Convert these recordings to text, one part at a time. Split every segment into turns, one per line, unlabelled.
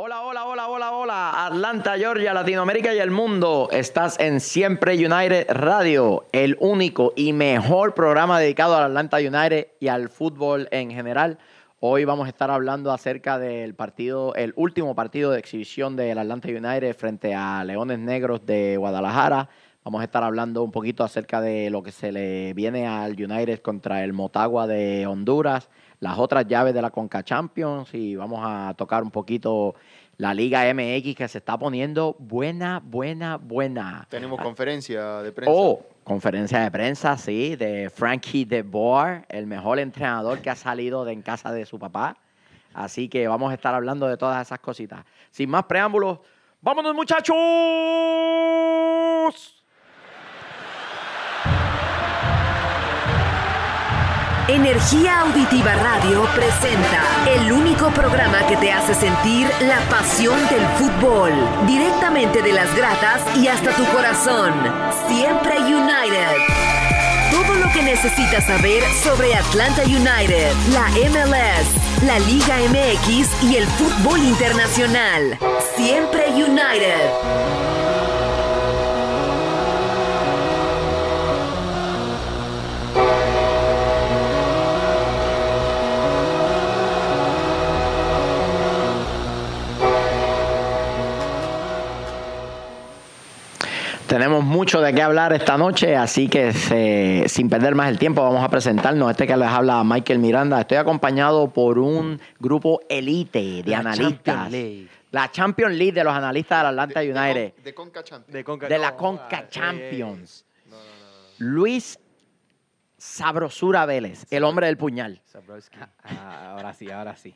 Hola, hola, hola, hola, hola. Atlanta, Georgia, Latinoamérica y el mundo. Estás en Siempre United Radio, el único y mejor programa dedicado al Atlanta United y al fútbol en general. Hoy vamos a estar hablando acerca del partido, el último partido de exhibición del Atlanta United frente a Leones Negros de Guadalajara. Vamos a estar hablando un poquito acerca de lo que se le viene al United contra el Motagua de Honduras, las otras llaves de la Conca Champions y vamos a tocar un poquito la Liga MX que se está poniendo buena, buena, buena.
Tenemos conferencia de prensa.
Ah. Oh, conferencia de prensa, sí, de Frankie de Boer, el mejor entrenador que ha salido de en casa de su papá. Así que vamos a estar hablando de todas esas cositas. Sin más preámbulos, vámonos muchachos.
Energía Auditiva Radio presenta el único programa que te hace sentir la pasión del fútbol, directamente de las gratas y hasta tu corazón. Siempre United. Todo lo que necesitas saber sobre Atlanta United, la MLS, la Liga MX y el fútbol internacional. Siempre United.
Tenemos mucho de qué hablar esta noche, así que eh, sin perder más el tiempo vamos a presentarnos. Este que les habla Michael Miranda. Estoy acompañado por un grupo elite de
La
analistas.
Champions League.
La Champions League de los analistas del Atlanta
de,
United.
con- de Conca Champions.
De, Conca-
De la
no,
Conca
ah,
Champions.
No, no, no, no.
Luis Sabrosura Vélez, el hombre del puñal.
sí. Zabrowski.
Ah, ahora sí, ahora sí.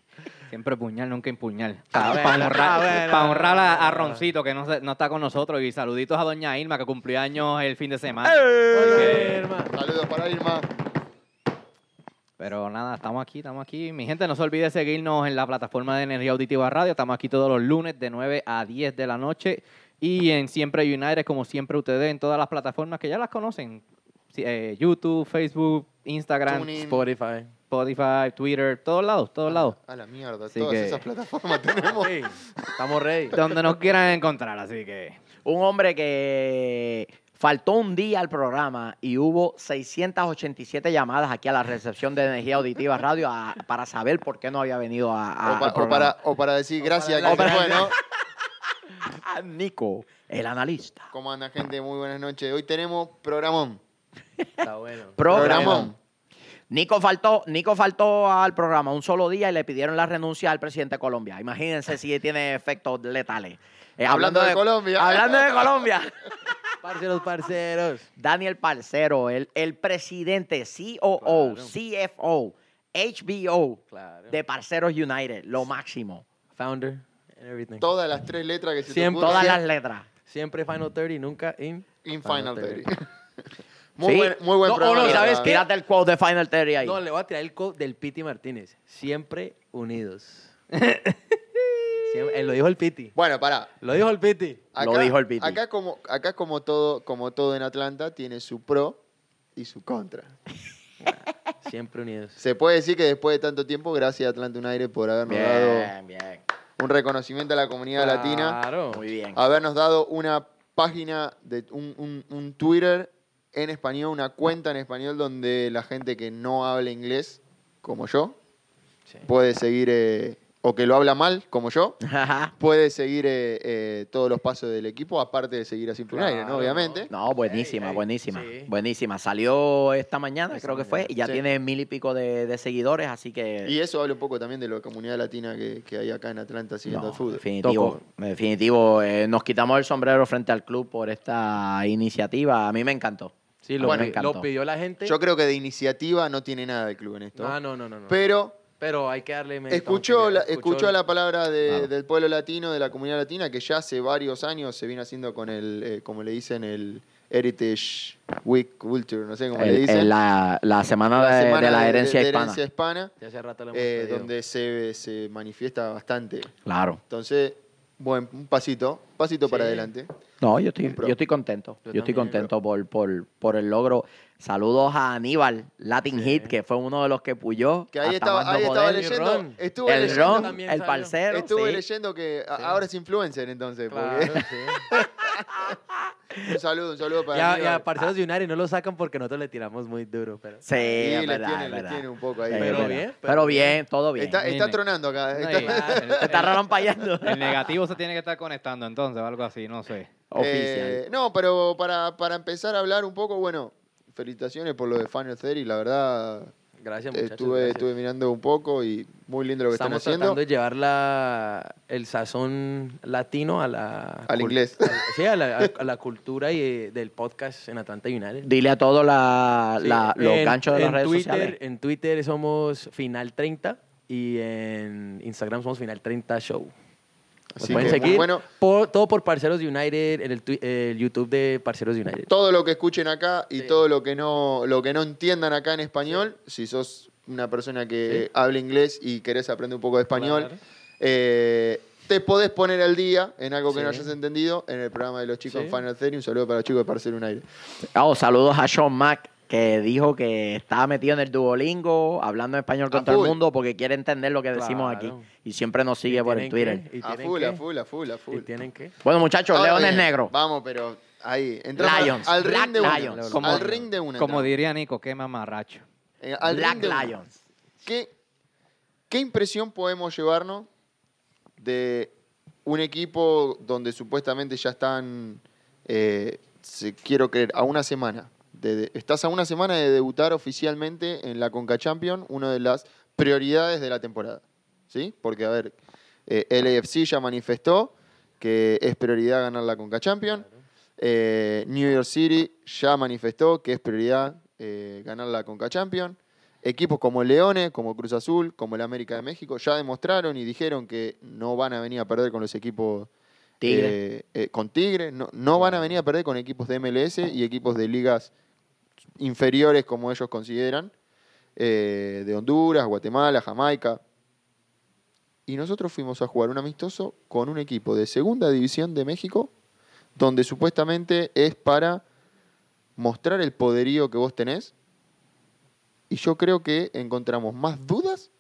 Siempre puñal, nunca impuñal.
Está
Para
Ah, bueno,
honrar,
está bueno.
pa' honrar a, a Roncito, que no, se- no está con nosotros. Y saluditos a Doña Irma, que cumplió años el fin de semana.
¡Eh! Oye, hermano.
Saludos para Irma.
Pero nada, estamos aquí, estamos aquí. Mi gente, no se olvide seguirnos en la plataforma de Energía Auditiva Radio. Estamos aquí todos los lunes de 9 a 10 de la noche. Y en Siempre United, como siempre ustedes, en todas las plataformas que ya las conocen. Sí, eh, YouTube, Facebook, Instagram,
TuneIn.
Spotify.
Spotify, Twitter, todos lados, todos lados.
A la mierda,
Así
todas
que-
esas plataformas tenemos.
Sí, estamos ready.
Donde nos quieran encontrar, así que...
Un hombre que faltó un día al programa y hubo 687 llamadas aquí a la recepción de Energía Auditiva Radio a- para saber por qué no había venido a, a-
o, pa-
al
o
Ah, programa.
para, o para decir gracias,
para-
que
o para-
bueno.
A Ah, Nico, el analista.
¿Cómo anda, gente? Muy buenas noches. Hoy tenemos programón.
Está bueno.
Programón. Nico faltó, Nico faltó al programa un solo día y le pidieron la renuncia al presidente de Colombia. Imagínense si tiene efectos letales. Eh,
Hablando de Colombia.
Hablando de Colombia.
Parceros, parceros.
Daniel Parcero, el, el presidente, COO,
Claro.
CFO, HBO
Claro.
de Parceros United, lo máximo.
Founder and everything.
Todas las tres letras que se
Siempre-
te ocurran.
Todas las letras.
Siempre Final 30, nunca in.
In Final Theory.
Sí. oh,
muy buen, muy buen
No,
programa.
no,
la
¿sabes
verdad.
qué?
Tírate el quote de Final Theory ahí.
No, le voy a tirar el code del Piti Martínez. Siempre unidos. Siempre- eh, lo dijo el Piti.
Bueno, pará.
Lo dijo el Piti.
Lo dijo el Piti.
Acá como, acá como todo, como todo en Atlanta, tiene su pro y su contra.
Siempre unidos.
Se puede decir que después de tanto tiempo, gracias a Atlanta United por habernos dado
bien, bien.
un reconocimiento a la comunidad latina,
Claro.
Muy bien.
habernos dado una página, de un, un- un Twitter en español, una cuenta en español donde la gente que no habla inglés, como yo,
Sí.
puede seguir, eh, o que lo habla mal, como yo,
Ajá.
puede seguir eh, eh, todos los pasos del equipo, aparte de seguir a Simple
Claro,
United, ¿no? obviamente.
No, buenísima,
Ey, ey,
buenísima.
sí.
Buenísima. Salió esta mañana,
Esta
creo que
mañana,
fue, y ya
sí.
tiene mil y pico de, de seguidores, así que.
Y eso habla un poco también de la comunidad latina que, que hay acá en Atlanta siguiendo
No,
el fútbol.
Definitivo, definitivo. eh, nos quitamos el sombrero frente al club por esta iniciativa. A mí me encantó.
Sí, lo,
Bueno,
lo
me encantó.
pidió la gente.
Yo creo que de iniciativa no tiene nada el club en esto.
Ah,
No, no, no, no. no.
Pero
Pero hay que darle... mérito,
escuchó,
aunque-
la, escuchó la palabra de-
Claro.
del pueblo latino, de la comunidad latina, que ya hace varios años se viene haciendo con el, eh, como le dicen, el Heritage Week Culture, no sé cómo le
El-
dicen.
el- la, la semana, de, de la herencia
de- de
hispana.
herencia hispana,
Ya hace rato le hemos
eh,
pedido.
donde se, se manifiesta bastante.
Claro.
Entonces, buen un pasito, pasito para
Sí.
adelante.
No, yo estoy,
Un pro.
yo estoy contento. Yo,
Yo
estoy
también,
contento por, por, por el logro. Saludos a Aníbal, Latin Hit, que fue uno de los que puyó.
Que ahí
hasta
estaba,
más no
ahí estaba
poder.
el
leyendo,
ron.
estuve
El
leyendo,
ron,
también
el
salió.
parcero.
estuve
sí.
leyendo que a-
Sí.
ahora es influencer entonces. porque-
Claro, sí.
un saludo, un saludo para
Ya,
Aníbal.
ya, parceros de Unari no lo sacan porque nosotros le tiramos muy duro, pero.
Sí,
Sí,
eh,
es
le
verdad,
tiene,
es
le
verdad.
tiene un poco ahí.
Sí, es
Pero
verdad.
bien, pero
Pero bien, todo bien.
Está, eh, está
Dime.
tronando acá. ¿eh?
No,
está-
y-
Te está relampayando.
El negativo se tiene que estar conectando entonces o algo así, no sé.
Oficial.
Eh, no, pero para, para empezar a hablar un poco, bueno, felicitaciones por lo de Final Theory, la verdad.
Gracias, muchachos.
Estuve,
gracias.
estuve mirando un poco y muy lindo Eh, lo que
Estamos
están
tratando
haciendo.
de llevar la, el sazón latino a la...
Al
cul-
inglés.
al- sí, a la, a- a la cultura y, eh, del podcast en Atlanta United.
Dile a todos la,
Sí,
la- los
en-
ganchos de las
en
redes
Twitter,
sociales.
En Twitter somos Final 30 y en Instagram somos Final 30 Show. Nos
Así
pueden
que, muy
seguir
bueno.
por- todo por Parceros United, en el, twi- el YouTube de Parceros United.
Todo lo que escuchen acá y
Sí.
todo lo que no lo que no entiendan acá en español, si sos una persona que habla inglés y querés aprender un poco de español,
Claro.
eh, te podés poner al día en algo que no
Sí.
hayas entendido en el programa de los chicos
Sí.
en Final Theory. Un saludo para los chicos de Parcel Un Aire.
Ah, oh, saludos a Sean Mack, que dijo que estaba metido en el Duolingo, hablando en español con
A
todo el
full.
mundo, porque quiere entender lo que decimos
Claro.
aquí. Y siempre nos sigue por el
¿Tienen
Twitter.
qué? ¿Y
A
tienen
full,
qué?
a full, a full, a
¿Y
full.
tienen qué?
Bueno, muchachos,
Ahora
León es
bien,
negro.
Vamos, pero ahí. Entramos
Lions,
al
Black
ring de una.
Lions.
Al
Como-
ring de una.
Como
entramos.
diría Nico, qué mamarracho.
Eh, al ring
Black
de una.
Lions.
¿Qué, ¿Qué impresión podemos llevarnos de un equipo donde supuestamente ya están, eh, se- quiero creer, a una semana? de- de- estás a una semana de debutar oficialmente en la Conca Champion, una de las prioridades de la temporada. ¿Sí? Porque, a ver, eh, LAFC ya manifestó que es prioridad ganar la Conca Champion. Eh, New York City ya manifestó que es prioridad eh, ganar la Conca Champion. Equipos como el Leones, como Cruz Azul, como el América de México, ya demostraron y dijeron que no van a venir a perder con los equipos
Tigre.
eh, eh, con Tigre, no, no van a venir a perder con equipos de MLS y equipos de ligas inferiores como ellos consideran, eh, de Honduras, Guatemala, Jamaica. Y nosotros fuimos a jugar un amistoso con un equipo de Segunda División de México, donde supuestamente es para mostrar el poderío que vos tenés. Y yo creo que encontramos más dudas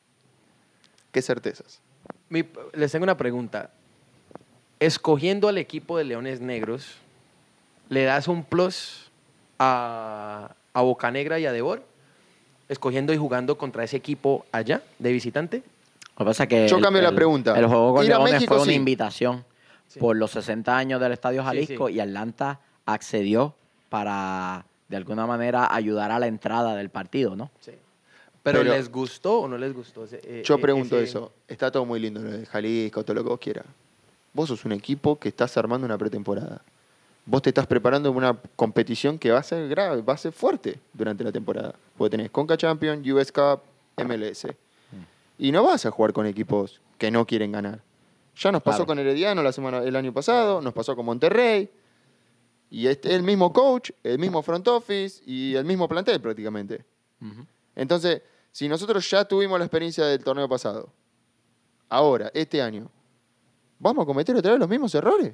que certezas.
Mi- les tengo una pregunta. Escogiendo al equipo de Leones Negros, ¿le das un plus a, a Bocanegra y a Devor? Escogiendo y jugando contra ese equipo allá, de visitante.
Lo que pasa es que
Yo cambio la pregunta.
El juego con
Ir a
Leones
México,
fue una
sí.
invitación
Sí.
por los 60 años del Estadio
Sí,
Jalisco
sí.
y Atlanta accedió para, de alguna manera, ayudar a la entrada del partido, ¿no?
Pero,
Pero-
¿les gustó o no les gustó? ese- eh,
Yo
eh,
pregunto
ese-
eso. Está todo muy lindo lo de Jalisco, todo lo que vos quieras. Vos sos un equipo que estás armando una pretemporada. Vos te estás preparando en una competición que va a ser grave, va a ser fuerte durante la temporada. Porque tenés Conca Champion, US Cup, MLS. Y no vas a jugar con equipos que no quieren ganar. Ya nos pasó
Claro.
con Herediano la semana, el año pasado, nos pasó con Monterrey. Y este, el mismo coach, el mismo front office y el mismo plantel prácticamente. Entonces, si nosotros ya tuvimos la experiencia del torneo pasado, ahora, este año, ¿vamos a cometer otra vez los mismos errores?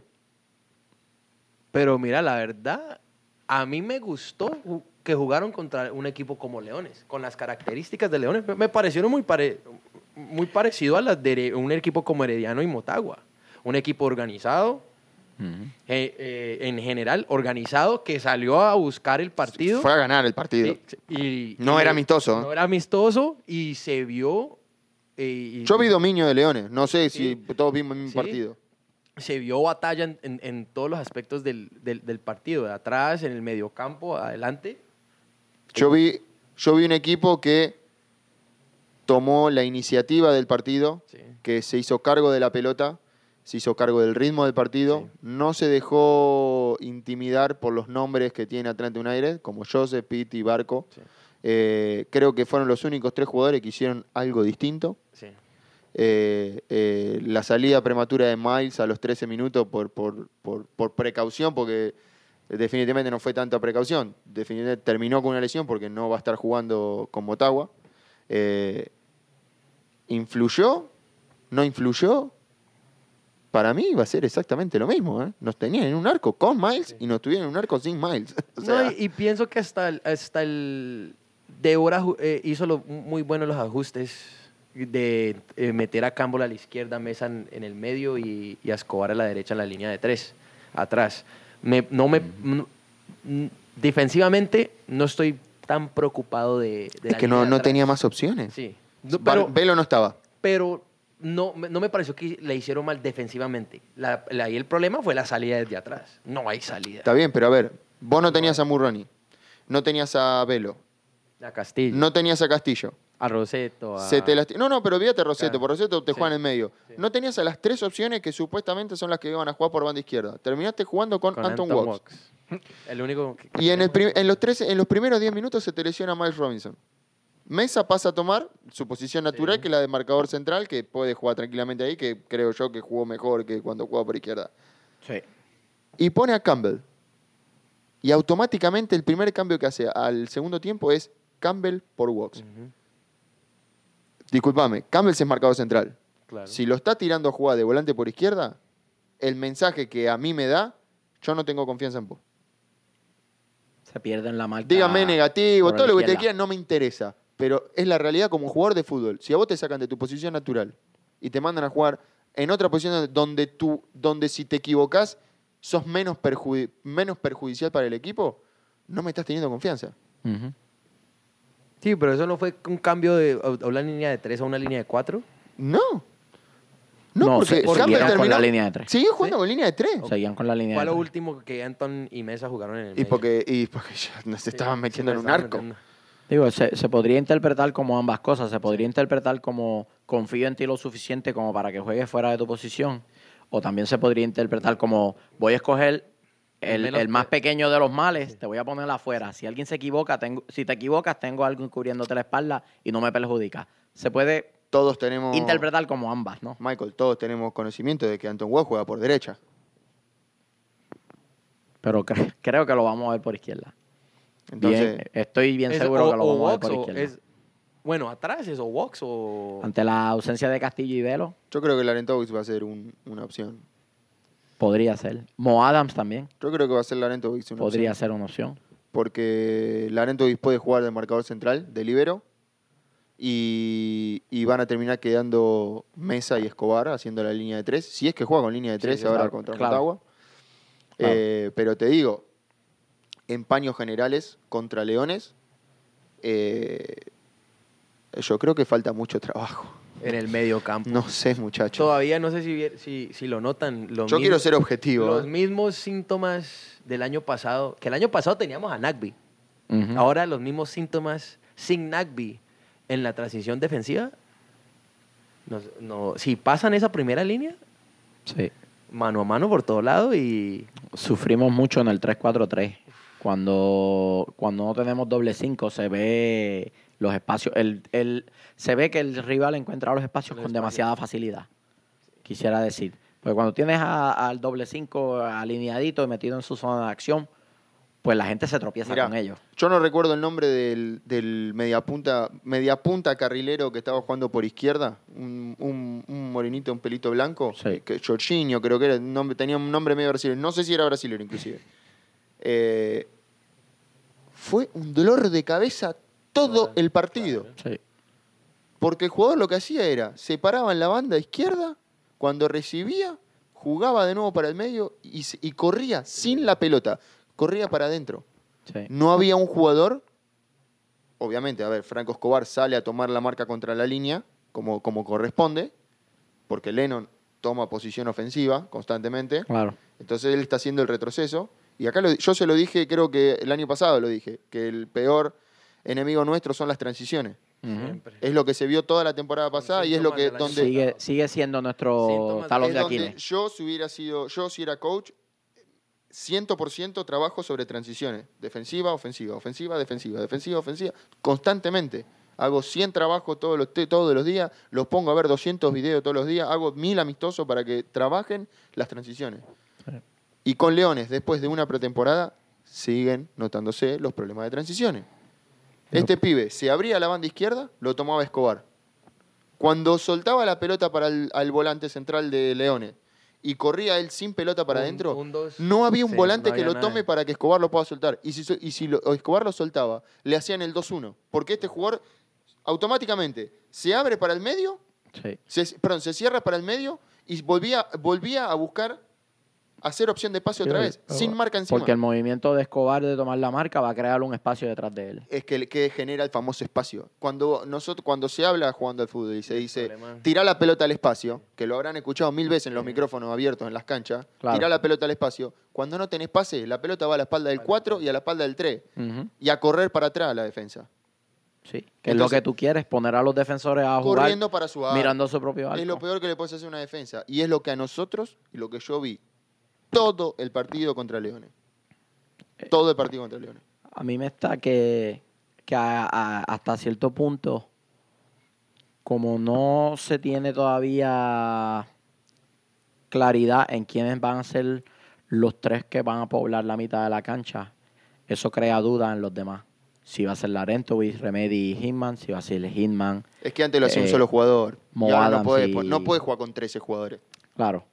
Pero mira, la verdad, a mí me gustó ju- que jugaron contra un equipo como Leones, con las características de Leones. Me- Me parecieron muy, pare- muy parecido a las de Here- un equipo como Herediano y Motagua. Un equipo organizado, eh, eh, en general, organizado, que salió a buscar el partido.
Fue a ganar el partido.
Sí, y-
No
y-
era amistoso.
No era amistoso y se vio. eh, y-
Yo vi dominio de Leones, no sé
Sí.
si todos vimos el mismo
Sí.
partido.
se vio batalla en, en- en todos los aspectos del, del- del partido, de atrás, en el mediocampo, adelante.
Yo vi, yo vi un equipo que tomó la iniciativa del partido,
Sí.
que se hizo cargo de la pelota, se hizo cargo del ritmo del partido, no se dejó intimidar por los nombres que tiene Atlante United, como Joseph, Pitt y Barco.
Sí.
Eh, creo que fueron los únicos tres jugadores que hicieron algo distinto.
Sí.
Eh, eh, la salida prematura de Miles a los 13 minutos por, por, por- por precaución, porque definitivamente no fue tanta precaución. Definitivamente terminó con una lesión porque no va a estar jugando con Motagua. Eh, ¿Influyó? ¿No influyó? para mí va a ser exactamente lo mismo. ¿eh? Nos tenían en un arco con Miles y nos tuvieron en un arco sin Miles. O sea,
No, y, y pienso que hasta el, hasta el Débora ju- eh, hizo lo- muy buenos los ajustes de eh, meter a Campbell a la izquierda, Mesa en, en el medio y, y a Escobar a la derecha en la línea de tres, atrás. Me- no me, n- defensivamente no estoy tan preocupado de, de
es
la
que no,
línea de
no
atrás.
tenía más opciones.
Sí. No,
Bar-
pero,
Velo no estaba.
pero no, me- no me pareció que le hicieron mal defensivamente. La- la- ahí el problema fue la salida desde atrás. No hay salida.
Está bien, pero a ver, vos no tenías a Murroni, no tenías a Velo,
A Castillo,
no tenías a Castillo.
a Roseto, a...
Se te lasti- No, no, pero olvídate Roseto,
Claro.
por Roseto te
Sí.
juegan en medio. No tenías a las tres opciones que supuestamente son las que iban a jugar por banda izquierda. Terminaste jugando con,
con
Anton,
Walks.
Walks.
El único que-
Y en, el prim- en los tres, en los primeros 10 minutos se te lesiona Miles Robinson. Mesa pasa a tomar su posición natural, que es la de marcador central, que puede jugar tranquilamente ahí, que creo yo que jugó mejor que cuando jugaba por izquierda.
Sí.
Y pone a Campbell. Y automáticamente el primer cambio que hace al segundo tiempo es Campbell por Walks. Disculpame, Campbell es marcador central.
Claro.
Si lo está tirando a jugar de volante por izquierda, el mensaje que a mí me da, yo no tengo confianza en vos.
Se pierden la marca.
Dígame negativo,
por la
todo lo que te
izquierda.
quieran no me interesa. Pero es la realidad como jugador de fútbol. Si a vos te sacan de tu posición natural y te mandan a jugar en otra posición donde, tú, donde si te equivocás sos menos, perjudi- menos perjudicial para el equipo, no me estás teniendo confianza.
Ujú.
Sí, pero eso no fue un cambio de a una línea de 3 a una línea de 4.
No. No,
No,
porque
se-
Campbell
seguían con
terminó-
la línea de tres.
Siguió jugando con línea de tres.
Seguían con la línea.
Fue
de
lo
tres.
último que Anton y Mesa jugaron en el
Y
medio.
porque, y porque ya nos
Sí,
estaban
sí,
metiendo en
nos
un
estaban
arco.
metiendo.
Digo, se, se podría interpretar como ambas cosas. Se podría interpretar como confío en ti lo suficiente como para que juegues fuera de tu posición. O también se podría interpretar como voy a escoger el,
El menos-
el más pequeño de los males, te voy a poner afuera. Si alguien se equivoca, tengo, si te equivocas, tengo algo cubriéndote la espalda y no me perjudica. Se puede
Todos tenemos...
interpretar como ambas, ¿no?
Michael, todos tenemos conocimiento de que Anton Wall juega por derecha.
Pero cre- creo que lo vamos a ver por izquierda.
Entonces,
Bien, estoy bien
Es
seguro
o-
que lo
o
vamos a ver
Vox
por
o
izquierda.
es- bueno, atrás es o Vox o...
Ante la ausencia de Castillo y Velo,
yo creo que Larentovic va a ser un- una opción.
podría ser. Mo Adams también
Yo creo que va a ser Larentovic una
podría
opción.
ser una opción.
Porque Larentovic puede jugar de marcador central, de libero, y, y van a terminar quedando Mesa y Escobar haciendo la línea de tres. Si es que juega con línea de tres
sí,
ahora
claro,
contra
claro.
Motagua.
Claro.
Eh, pero te digo, en paños generales contra Leones, eh, yo creo que falta mucho trabajo.
En el medio campo.
No sé, muchachos.
Todavía no sé si, vi- si, si lo notan. lo
Yo
mismo-
quiero ser objetivo.
Los
¿eh?
mismos síntomas del año pasado, que el año pasado teníamos a Nagby.
Ujú.
Ahora los mismos síntomas sin Nagby en la transición defensiva. No, no- si pasan esa primera línea,
Sí.
mano a mano por todo lado y
Sufrimos mucho en el 3-4-3. Cuando, cuando no tenemos doble 5, se ve los espacios. El, el- se ve que el rival encuentra los espacios
Los
con
espacios.
demasiada facilidad. Quisiera decir. Porque cuando tienes a- al doble 5 alineadito y metido en su zona de acción, pues la gente se tropieza
Mirá,
con ellos.
Yo no recuerdo el nombre del, del mediapunta, mediapunta carrilero que estaba jugando por izquierda, un, un- un morenito, un pelito blanco,
Sí.
que, Jorginho creo que era, un nombre- tenía un nombre medio brasileño, no sé si era brasileño inclusive. Eh, fue un dolor de cabeza todo el partido.
Sí.
Porque el jugador lo que hacía era, se paraba en la banda izquierda, cuando recibía, jugaba de nuevo para el medio y, se- y corría sin la pelota, corría para adentro.
sí.
No había un jugador, obviamente, a ver, Franco Escobar sale a tomar la marca contra la línea, como, como corresponde, porque Lennon toma posición ofensiva constantemente,
Claro.
entonces él está haciendo el retroceso, y acá lo- yo se lo dije, creo que el año pasado lo dije, que el peor enemigo nuestro son las transiciones.
Ujú.
siempre.
Es lo que se vio toda la temporada pasada y es lo que
síntomas del año
donde,
pasado.
Sigue, sigue siendo nuestro
Síntomas de-
talón
es
de
donde
Aquiles.
yo si hubiera sido, yo si era coach, 100% trabajo sobre transiciones, defensiva, ofensiva, ofensiva, defensiva, defensiva, ofensiva, constantemente. Hago 100 trabajos todos los, te- todos los días, los pongo a ver 200 videos todos los días, hago 1000 amistosos para que trabajen las transiciones. Y con Leones, después de una pretemporada, siguen notándose los problemas de transiciones. Este pibe se abría la banda izquierda, lo tomaba Escobar. Cuando soltaba la pelota para el al volante central de Leones y corría él sin pelota para
Un-
adentro,
un dos.
no había un
Sí,
volante
no
que lo
había nadie.
tome para que Escobar lo pueda soltar. Y si, so- y si lo- o Escobar lo soltaba, le hacían el 2-1. Porque este jugador automáticamente se abre para el medio,
Sí.
se, perdón, se cierra para el medio y volvía, volvía a buscar hacer opción de pase otra vez,
Ah,
sin marca encima.
Porque el movimiento de Escobar de tomar la marca va a crear un espacio detrás de él.
es que, que genera el famoso espacio. Cuando, nosotros, cuando se habla jugando al fútbol y se dice,
problema-
tira la pelota al espacio, que lo habrán escuchado mil veces en los micrófonos abiertos en las canchas,
Claro.
tira la pelota al espacio, cuando no tenés pase, la pelota va a la espalda del 4 y a la espalda del 3,
Ujú,
y a correr para atrás la defensa.
Sí. Que es lo
Entonces-
que tú quieres, poner a los defensores a jugar
Corriendo para su arco.
mirando su propio arco.
Es lo peor que le puedes hacer a una defensa, y es lo que a nosotros, y lo que yo vi, todo el partido contra Leones.
Eh.
Todo el partido contra Leones.
A mí me está que, que a- a- hasta cierto punto, como no se tiene todavía claridad en quiénes van a ser los tres que van a poblar la mitad de la cancha, eso crea dudas en los demás. Si va a ser Larentovic, Remedy y Hitman, si va a ser Hitman,
Es que antes lo hacía un
Eh,
solo jugador. Y
Mo
ahora no
Adams
podés,
y-
po- no podés jugar con 13 jugadores.
claro.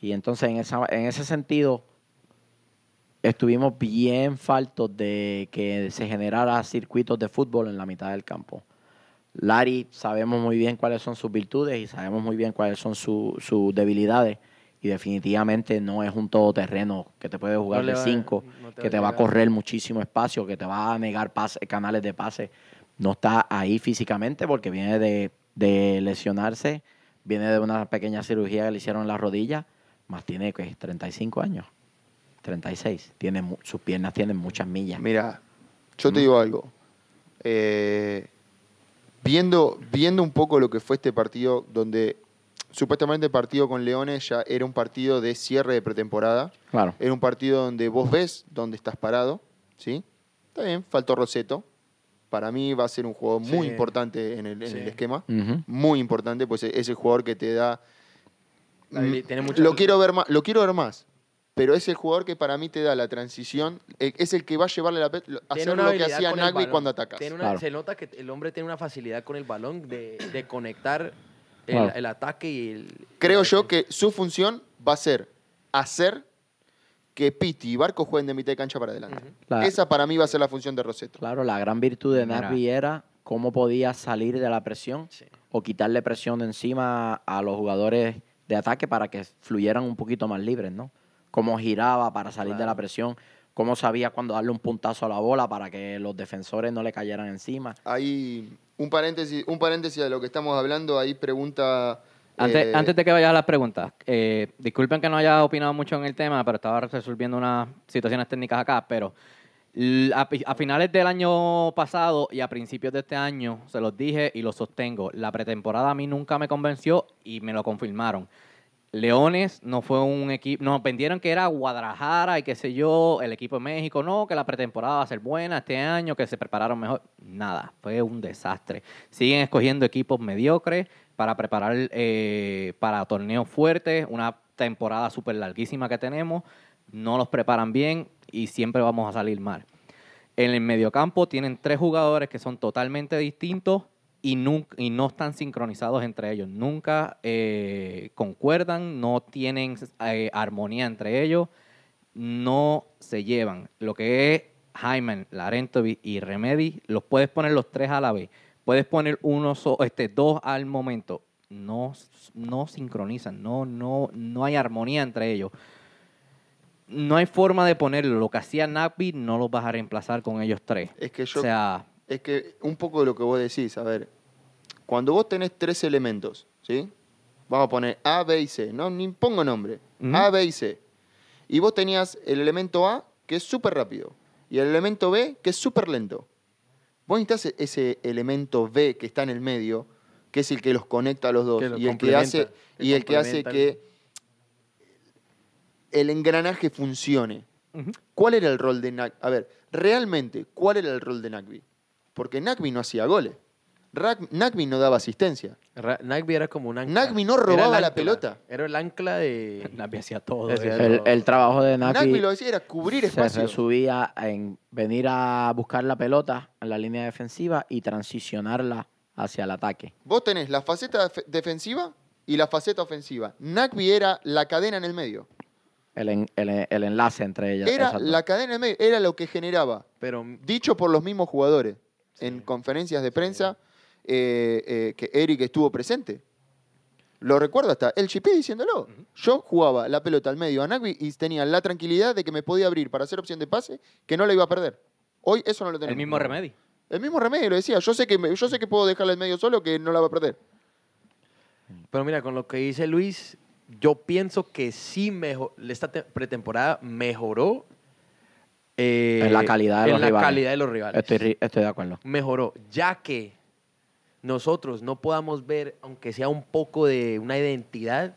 Y entonces en, esa, en ese sentido estuvimos bien faltos de que se generara circuitos de fútbol en la mitad del campo. Larry sabemos muy bien cuáles son sus virtudes y sabemos muy bien cuáles son su- sus debilidades. Y definitivamente no es un todoterreno que te puede jugar
No le
de
va-
5,
no te va
que
a
te va a
llegar.
correr muchísimo espacio, que te va a negar pase- canales de pase. No está ahí físicamente porque viene de, de lesionarse, viene de una pequeña cirugía que le hicieron en la rodilla, más tiene que 35 años, 36. Tiene, mu- sus piernas tienen muchas millas.
Mira, yo
¿Mm?
te digo algo. Eh, viendo, viendo un poco lo que fue este partido, donde supuestamente el partido con Leones ya era un partido de cierre de pretemporada.
Claro.
Era un partido donde vos ves dónde estás parado, ¿sí? Está bien, faltó Roseto. Para mí va a ser un jugador muy
Sí.
importante en el, en
Sí. Mm.
el esquema.
Ujú.
Muy importante, pues es el jugador que te da
La habili- tiene mucha-
lo quiero ver más, lo quiero ver más. Pero es el jugador que para mí te da la transición, eh, es el que va a llevarle la pelota,
Tiene
hacer
una
lo que
habilidad
hacía
con el
Nagby
balón.
cuando atacas.
Tiene una-
Claro.
Se nota que el hombre tiene una facilidad con el balón de, de conectar el,
Claro.
el ataque y el...
Creo yo que su función va a ser hacer que Pitti y Barco jueguen de mitad de cancha para adelante.
La-
Esa para mí va a ser la función de Roseto.
Claro, la gran virtud de
Mira.
Nagby era cómo podía salir de la presión
Sí.
o quitarle presión de encima a los jugadores de ataque para que fluyeran un poquito más libres, ¿no? Cómo giraba para salir de la
Claro.
presión, cómo sabía cuándo darle un puntazo a la bola para que los defensores no le cayeran encima.
Ahí un paréntesis, un paréntesis de lo que estamos hablando, ahí pregunta
Antes,
eh,
antes de que vayas a las preguntas, eh, disculpen que no haya opinado mucho en el tema, pero estaba resolviendo unas situaciones técnicas acá, pero l- a, pi- a finales del año pasado y a principios de este año, se los dije y lo sostengo, la pretemporada a mí nunca me convenció y me lo confirmaron. Leones no fue un equipo, nos vendieron que era Guadalajara y qué sé yo, el equipo de México, no, que la pretemporada va a ser buena este año, que se prepararon mejor. Nada, fue un desastre. Siguen escogiendo equipos mediocres para preparar eh, para torneos fuertes, una temporada súper larguísima que tenemos, no los preparan bien y siempre vamos a salir mal. En el mediocampo tienen tres jugadores que son totalmente distintos y, nun- y no están sincronizados entre ellos. Nunca eh, concuerdan, no tienen eh, armonía entre ellos, no se llevan. Lo que es Hyman, Larentovic y Remedy, los puedes poner los tres a la vez. Puedes poner uno so- este, dos al momento. No, s- no sincronizan, no, no, no hay armonía entre ellos no hay forma de ponerlo. Lo que hacía Napi no lo vas a reemplazar con ellos tres.
es que yo
O sea,
Es que un poco de lo que vos decís, a ver, cuando vos tenés tres elementos, ¿sí? Vamos a poner A, B y C, no ni pongo nombre,
Ujú.
A, B y C. Y vos tenías el elemento A, que es súper rápido, y el elemento B, que es súper lento. Vos necesitas e-, ese elemento B que está en el medio, que es el que los conecta a los dos,
Que lo
y el que hace,
complementa, que
y el que, hace
complementa.
que el engranaje funcione.
ujú,
¿Cuál era el rol de Nagby? A ver, realmente, ¿cuál era el rol de Nagby? Porque Nagby no hacía goles. Rag- Nagby no daba asistencia.
Ra- Nagby era como un ancla.
Nagby no
Era el
robaba la
ancla.
pelota.
Era el ancla de...
Napi hacía todo.
Ese-
eso.
eh. El, el trabajo de
Nagby,
Nagby
lo que hacía era cubrir
se
espacios.
resubía en venir a buscar la pelota en la línea defensiva y transicionarla hacia el ataque.
Vos tenés la faceta def- defensiva y la faceta ofensiva. Nagby era la cadena en el medio.
El, en- el- el enlace entre ellas.
Era
exacto.
la cadena en el medio, era lo que generaba.
Pero
dicho por los mismos jugadores en conferencias de prensa eh, eh, que Eric estuvo presente. Lo recuerdo hasta el Chipí diciéndolo. Yo jugaba la pelota al medio a Nagby y tenía la tranquilidad de que me podía abrir para hacer opción de pase, que no la iba a perder. Hoy eso no lo tenemos.
El mismo remedio.
El mismo remedio, lo decía. Yo sé que, me- yo sé que puedo dejarla al medio solo, que no la va a perder.
Pero mira, con lo que dice Luis, yo pienso que sí mejo- esta te- pretemporada mejoró. eh,
En la calidad de
en
los
la
rivales.
calidad de los rivales.
Estoy, ri- estoy de acuerdo.
Mejoró, ya que nosotros no podamos ver, aunque sea un poco de una identidad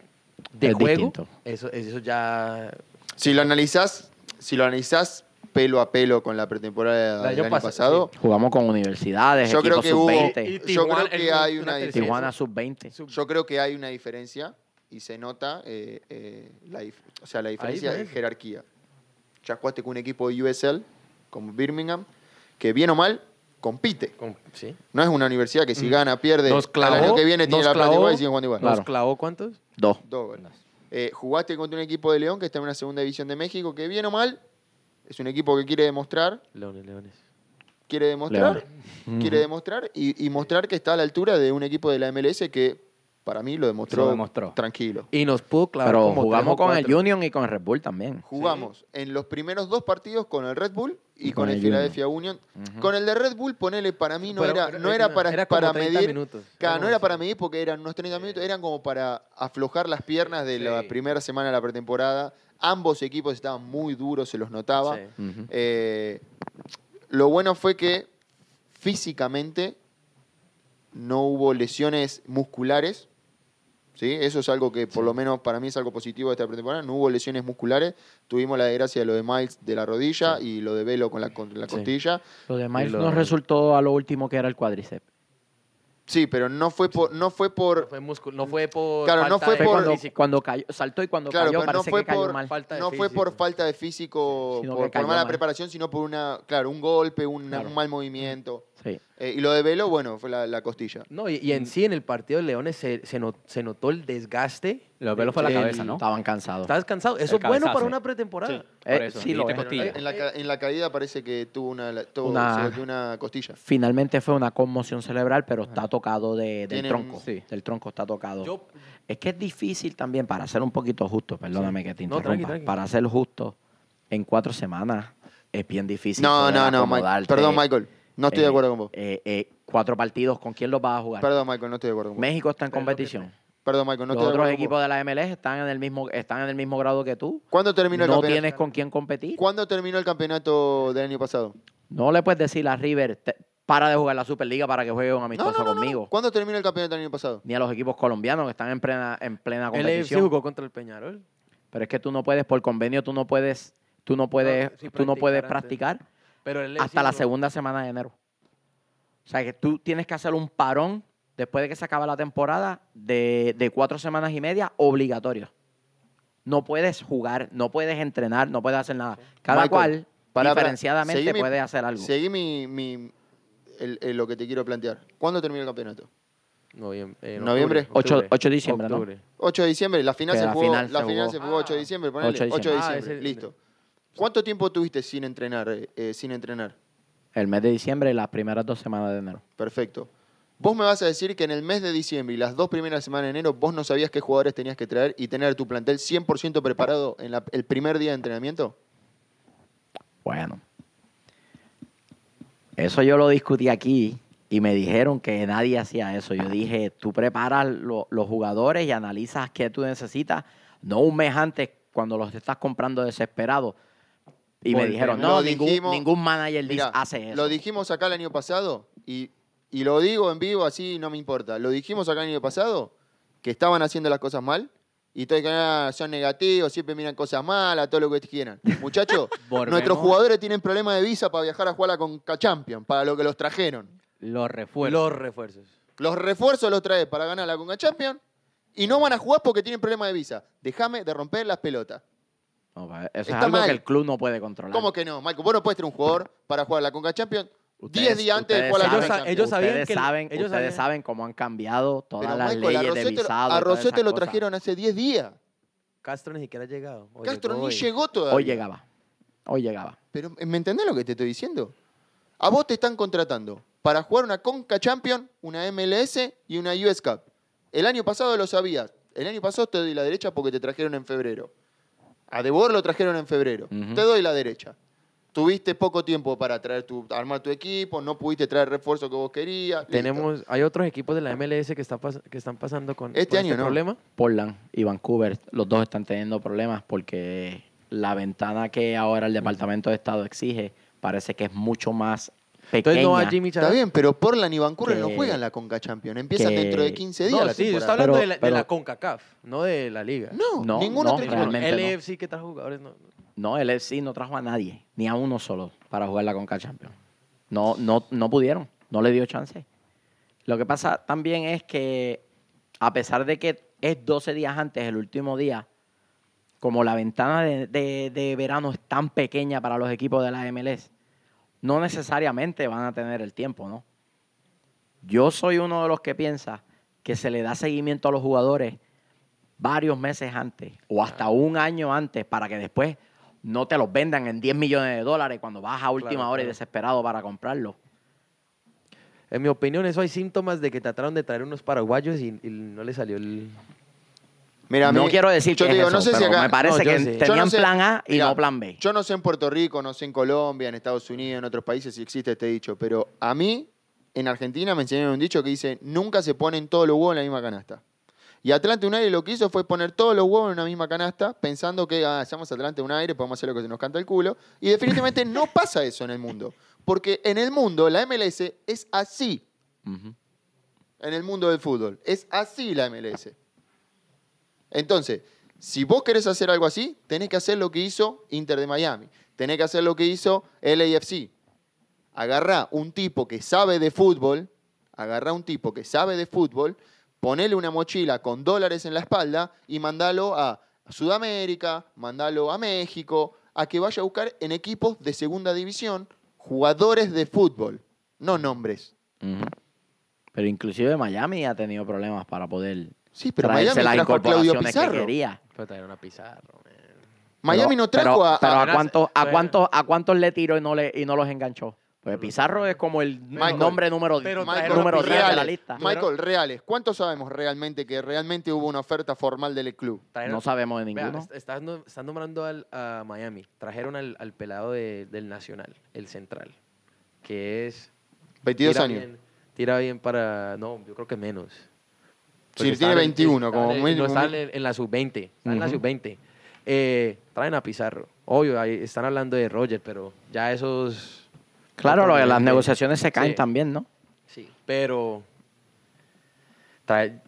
de
Es
juego,
distinto.
eso, eso ya...
Si lo analizás, si lo analizás pelo a pelo con la pretemporada
La
del
yo
año
pasé,
pasado,
Jugamos con universidades,
Yo creo
equipos
que hubo-
sub-20.
Y
yo creo
Tijuana-
que
el-
hay
una
una
tercera.
diferencia.
Tijuana sub-20.
Yo creo que hay una diferencia y se nota eh, eh, la, dif- o sea, la diferencia de
ves.
jerarquía. Ya jugaste con un equipo de USL, como Birmingham, que bien o mal compite.
con- ¿sí?
No es una universidad que si gana, pierde,
Mm. Nos clavó,
al año que viene tiene
nos
la plata
clavó,
igual y sigue jugando igual.
¿Nos
Claro.
clavó cuántos?
Dos.
Dos goles. Eh, jugaste contra un equipo de León que está en una segunda división de México, que bien o mal es un equipo que quiere demostrar,
Leones, leones.
quiere demostrar, quiere demostrar y, y mostrar que está a la altura de un equipo de la MLS que para mí lo demostró,
Lo demostró.
tranquilo.
Y nos pudo clavar
Pero
como
jugamos
tres o
con el
cuatro.
Union y con el Red Bull también.
Jugamos en los primeros dos partidos con el Red Bull y, con, el,
Union.
Philadelphia Union. Con el de Red Bull, ponele, para mí no
Pero
era,
era-
no era
era-
para,
era como
para
30
medir.
minutos.
Claro,
Era
no
como
era
así.
para medir porque eran unos 30 minutos, eran como para aflojar las piernas de la primera semana de la pretemporada. Ambos equipos estaban muy duros, se los notaba.
Sí.
Ujú.
Eh, lo bueno fue que físicamente no hubo lesiones musculares. ¿sí? Eso es algo que, por lo menos para mí, es algo positivo de esta pretemporada. No hubo lesiones musculares. Tuvimos la desgracia de lo de Miles de la rodilla y lo de Velo con la, con la costilla.
Lo de Miles
lo-
no resultó a lo último que era el cuádriceps.
Sí, pero no fue por. No fue
No
por
fue, músculo- no fue por...
Claro,
falta
no fue
de-
Fue
por-
cuando, cuando cayó, saltó y cuando
Claro,
cayó
pero no
parece
fue
que cayó
por-
mal.
falta de
no fue
físico.
por falta de físico,
Sino que
por, por
cayó
mala
mal.
preparación, sino por una, claro, un golpe, un,
Claro.
un mal movimiento.
Sí.
Eh, y lo de Velo, bueno, fue la, la costilla.
No, y, y
Mm.
en sí, en el partido de Leones se, se no- se notó el desgaste.
Lo pelo fue la
del-
cabeza, ¿no?
Estaban cansados.
Estás cansado. Eso
El
es bueno para
cabezazo.
una pretemporada.
Eh,
Por eso,
sí lo
dijiste
es.
costilla.
En la, ca- en la caída parece que tuvo una, la- tuvo-
Una-
se golpeó una costilla.
Finalmente fue una conmoción cerebral, pero está tocado de- del
Tiene un-
tronco.
sí.
Del tronco está tocado.
Yo-
Es que es difícil también, para ser un poquito justo, perdóname que te
No,
interrumpa,
tranqui, tranqui.
para ser justo, en cuatro semanas es bien difícil.
No,
poder
no, no, Mike.
acomodarte,
Perdón, Michael. No estoy de
eh,
acuerdo con vos.
eh, eh, cuatro partidos, ¿con quién los vas a jugar?
Perdón, Michael, no estoy de acuerdo con vos.
México está en competición.
Perdón, Michael,
Los
no estoy de
otros
acuerdo con
equipos
vos.
de la MLS están en el mismo, están en el mismo grado que tú.
¿Cuándo terminó el
no
campeonato?
tienes con quién competir.
¿Cuándo terminó el campeonato del año pasado?
No le puedes decir a River, "Te- para de jugar la Superliga para que juegue un amistoso conmigo.
¿Cuándo terminó el campeonato del año pasado?
Ni a los equipos colombianos que están en plena, en plena
El AFC
competición.
jugó contra el Peñarol.
Pero es que tú no puedes, por convenio, tú no puedes, tú no puedes,
Ah, sí,
tú no puedes
practicar
practicar
Pero el
hasta
LFC
la
no-
segunda semana de enero. O sea que tú tienes que hacer un parón después de que se acaba la temporada de, de cuatro semanas y media obligatorio. No puedes jugar, no puedes entrenar, no puedes hacer nada. Cada
Michael,
cual
pará, pará.
diferenciadamente
Seguí mi-
puede hacer algo.
Seguí mi, mi- el- el- lo que te quiero plantear. ¿Cuándo terminó el campeonato?
Noviem- eh, en
Noviembre.
octubre,
Ocho-
octubre.
ocho de diciembre, ¿no?
8 de diciembre, la final
Que
se
la
jugó,
final
la
se
final
jugó.
se jugó 8 de diciembre, ponele.
8 de
8 de
diciembre. Ah,
diciembre,
ese-
listo. ¿Cuánto tiempo tuviste sin entrenar, eh, eh, sin entrenar?
El mes de diciembre y las primeras dos semanas de enero.
Perfecto. Vos me vas a decir que en el mes de diciembre y las dos primeras semanas de enero vos no sabías qué jugadores tenías que traer y tener tu plantel 100% preparado en la- el primer día de entrenamiento.
Bueno. Eso yo lo discutí aquí y me dijeron que nadie hacía eso. Yo dije, tú preparas lo- los jugadores y analizas qué tú necesitas, no un mes antes cuando los estás comprando desesperados. Y me
Volvemos.
dijeron, no,
Lo
ningún,
dijimos-
ningún manager dice-
Mirá,
hace eso.
Lo dijimos acá el año pasado y, y lo digo en vivo así, no me importa. Lo dijimos acá el año pasado que estaban haciendo las cosas mal y todos que "Ah, son negativos, siempre miran cosas malas, todo lo que quieran. Muchachos,
Volvemos.
nuestros jugadores tienen problemas de visa para viajar a jugar a la Conca Champions, para lo que los trajeron.
Los refuerzos.
Los refuerzos.
Los refuerzos los traes para ganar la Conca Champions y no van a jugar porque tienen problemas de visa. Déjame de romper las pelotas.
No, pa- eso es
Está
algo
mal.
que el club no puede controlar.
¿Cómo que no, Michael? Vos no puedes tener un jugador para jugar la Conca Champions
Ustedes-
10 días antes
ustedes
del cual
Ellos
arrancan.
sa- ellos sabían
ustedes
que el-
saben,
ellos
ustedes
sabían.
saben cómo han cambiado todas
Pero,
las
Michael, a
leyes de
Rosete-
visado.
a
todas esas
Rosete lo
cosas.
trajeron hace 10 días.
Castro ni siquiera ha llegado. O
Castro
llegó
ni
hoy.
llegó todavía.
Hoy llegaba. Hoy llegaba.
Pero, ¿me entendés lo que te estoy diciendo? A vos te están contratando para jugar una Conca Champion, una MLS y una US Cup. El año pasado lo sabías. El año pasado te doy la derecha porque te trajeron en febrero. A De Boer lo trajeron en febrero.
Ujú.
Te doy la derecha. Tuviste poco tiempo para traer tu, armar tu equipo, no pudiste traer refuerzo que vos querías. Listo.
Tenemos, hay otros equipos de la MLS que, está pas- que están pasando con
Este
por
año no.
problema.
Portland y Vancouver, los dos están teniendo problemas porque la ventana que ahora el Departamento de Estado exige parece que es mucho más pequeña.
Entonces no va Jimmy
Está
Chará.
bien, pero Portland y Vancouver no
Que-
juegan la Conca Champion. Empiezan
que-
dentro de 15 días
No,
la
sí, yo estaba
temporada.
hablando
Pero-
de, la, de
pero-
la CONCACAF, no de la liga.
No,
No,
ningún
no,
otro equipo.
realmente.
el
no.
LFC que trajo jugadores no.
No, el FC no trajo a nadie, ni a uno solo, para jugar la Conca Champions. No, no, no pudieron, no le dio chance. Lo que pasa también es que, a pesar de que es 12 días antes, el último día, como la ventana de, de- de verano es tan pequeña para los equipos de la MLS, no necesariamente van a tener el tiempo, ¿no? Yo soy uno de los que piensa que se le da seguimiento a los jugadores varios meses antes o hasta un año antes para que después no te los vendan en 10 millones de dólares cuando vas a última hora y
claro.
desesperado para comprarlo.
En mi opinión, eso hay síntomas de que trataron de traer unos paraguayos y, y no le salió el.
Mira, a
no
mí-
quiero decir
yo
que
te
es
digo,
eso,
no sé si
pero
acá-
me parece
No, yo
que
sé.
Eh, tenían
Yo no sé-
plan A y
Mirá,
no plan B.
Yo no sé en Puerto Rico, no sé en Colombia, en Estados Unidos, en otros países si existe este dicho, pero a mí, en Argentina me enseñaron un dicho que dice, nunca se ponen todos los huevos en la misma canasta. Y Atlante Unaire lo que hizo fue poner todos los huevos en una misma canasta, pensando que, ah, somos Atlante Unaire, podemos hacer lo que se nos canta el culo. Y definitivamente no pasa eso en el mundo. Porque en el mundo, la MLS es así.
Ujú.
En el mundo del fútbol. Es así la MLS. Entonces, si vos querés hacer algo así, tenés que hacer lo que hizo Inter de Miami. Tenés que hacer lo que hizo LAFC. Agarrá un tipo que sabe de fútbol, agarrá un tipo que sabe de fútbol, ponele una mochila con dólares en la espalda y mandalo a Sudamérica, mandalo a México, a que vaya a buscar en equipos de segunda división jugadores de fútbol, no nombres.
Ujú. Pero inclusive Miami ha tenido problemas para poder
Sí, pero
traerse
Miami
las
trajo a Claudio
incorporaciones que
Pizarro.
quería.
Pero trajeron a Pizarro, man.
Miami
Pero-
no trajo
pero-
a,
pero
a-
a cuántos a
Pero-
cuántos a cuántos le tiró y no le y no los enganchó. Pues Pizarro es como el
Michael.
nombre número
Pero
Michael
trajeron
número
a
10 de la
Reales.
lista.
Michael Reales. ¿Cuántos sabemos realmente que realmente hubo una oferta formal del club?
Trajeron-
No sabemos de
Vea, este-
ninguno.
est- estás, no- están nombrando al, a Miami. Trajeron al, al pelado de- del Nacional, el central, que es.
22
tira
años.
bien- tira bien para. No, yo creo que menos.
Sí,
Porque
tiene
estaba en-
21,
estaba
como
en-
mínimo.
No están en, en la sub-20. Están en la
Ujú.
sub-20. Eh, traen a Pizarro. Obvio, ahí están hablando de Roger, pero ya esos.
Claro, lo de las negociaciones se caen
Sí.
también, ¿no?
Sí, pero. trae-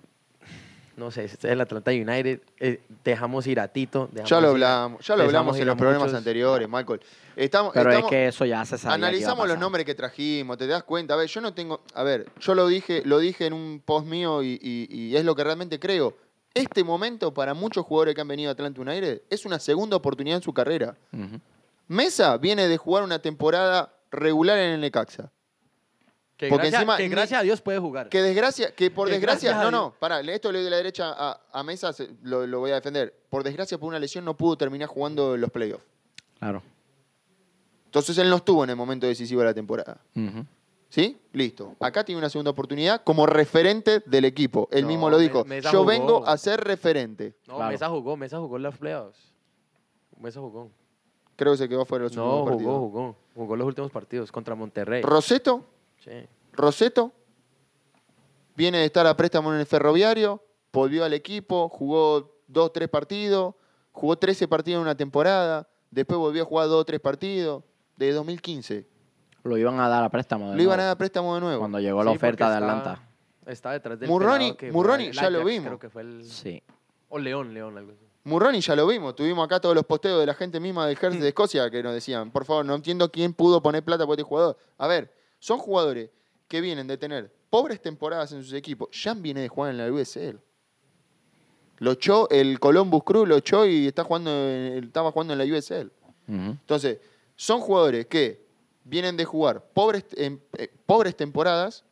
no sé, este es el Atlanta United. eh, dejamos ir a Tito. dejamos
Ya lo
ir a-
hablamos, ya lo
dejamos
hablamos
ir
en
a
los programas
muchos.
anteriores, Michael. Estamos,
Pero
estamos-
es que eso ya se sabe.
analizamos los nombres que trajimos, te das cuenta. A ver, yo no tengo. A ver, yo lo dije, lo dije en un post mío y, y- y es lo que realmente creo. Este momento para muchos jugadores que han venido a Atlanta United es una segunda oportunidad en su carrera. Mesa viene de jugar una temporada regular en el Necaxa.
Que
Porque
gracias,
encima
que
ni-
gracias a Dios puede jugar.
Que desgracia, que por
Que
desgracia,
gracias a
no, no, pará, le- esto le doy de la derecha a, a Mesa, se- lo, lo voy a defender. Por desgracia, por una lesión no pudo terminar jugando los playoffs.
Claro.
Entonces él no estuvo en el momento decisivo de la temporada. ¿Sí? Listo. Acá tiene una segunda oportunidad como referente del equipo. Él
No,
mismo lo
Me-
dijo.
Mesa
Yo
jugó.
vengo a ser referente.
no,
claro.
Mesa jugó, Mesa jugó en los playoffs. Mesa jugó.
Creo que se quedó fuera de los
No,
últimos
jugó,
partidos.
jugó. Jugó los últimos partidos contra Monterrey.
Roseto,
Sí.
Roseto viene de estar a préstamo en el ferroviario, volvió al equipo, jugó dos, tres partidos, jugó 13 partidos en una temporada, después volvió a jugar dos, tres partidos, desde 2015.
Lo iban a dar a préstamo. de
Le iban a
nuevo,
dar préstamo de nuevo.
Cuando llegó la
Sí,
oferta de
porque está-
Atlanta.
Está, detrás del
Murroni-
pelado que fue
Murroni,
el
ya lo vimos.
Creo que fue el...
Sí.
O León, León, algo así.
Murroni ya lo vimos, tuvimos acá todos los posteos de la gente misma del Hertz de Escocia que nos decían, por favor, no entiendo quién pudo poner plata por este jugador. A ver, son jugadores que vienen de tener pobres temporadas en sus equipos. Jan viene de jugar en la USL. Lo echó, el Columbus Crew lo echó y está jugando en- estaba jugando en la USL.
Ujú.
Entonces, son jugadores que vienen de jugar pobres, em- eh, pobres temporadas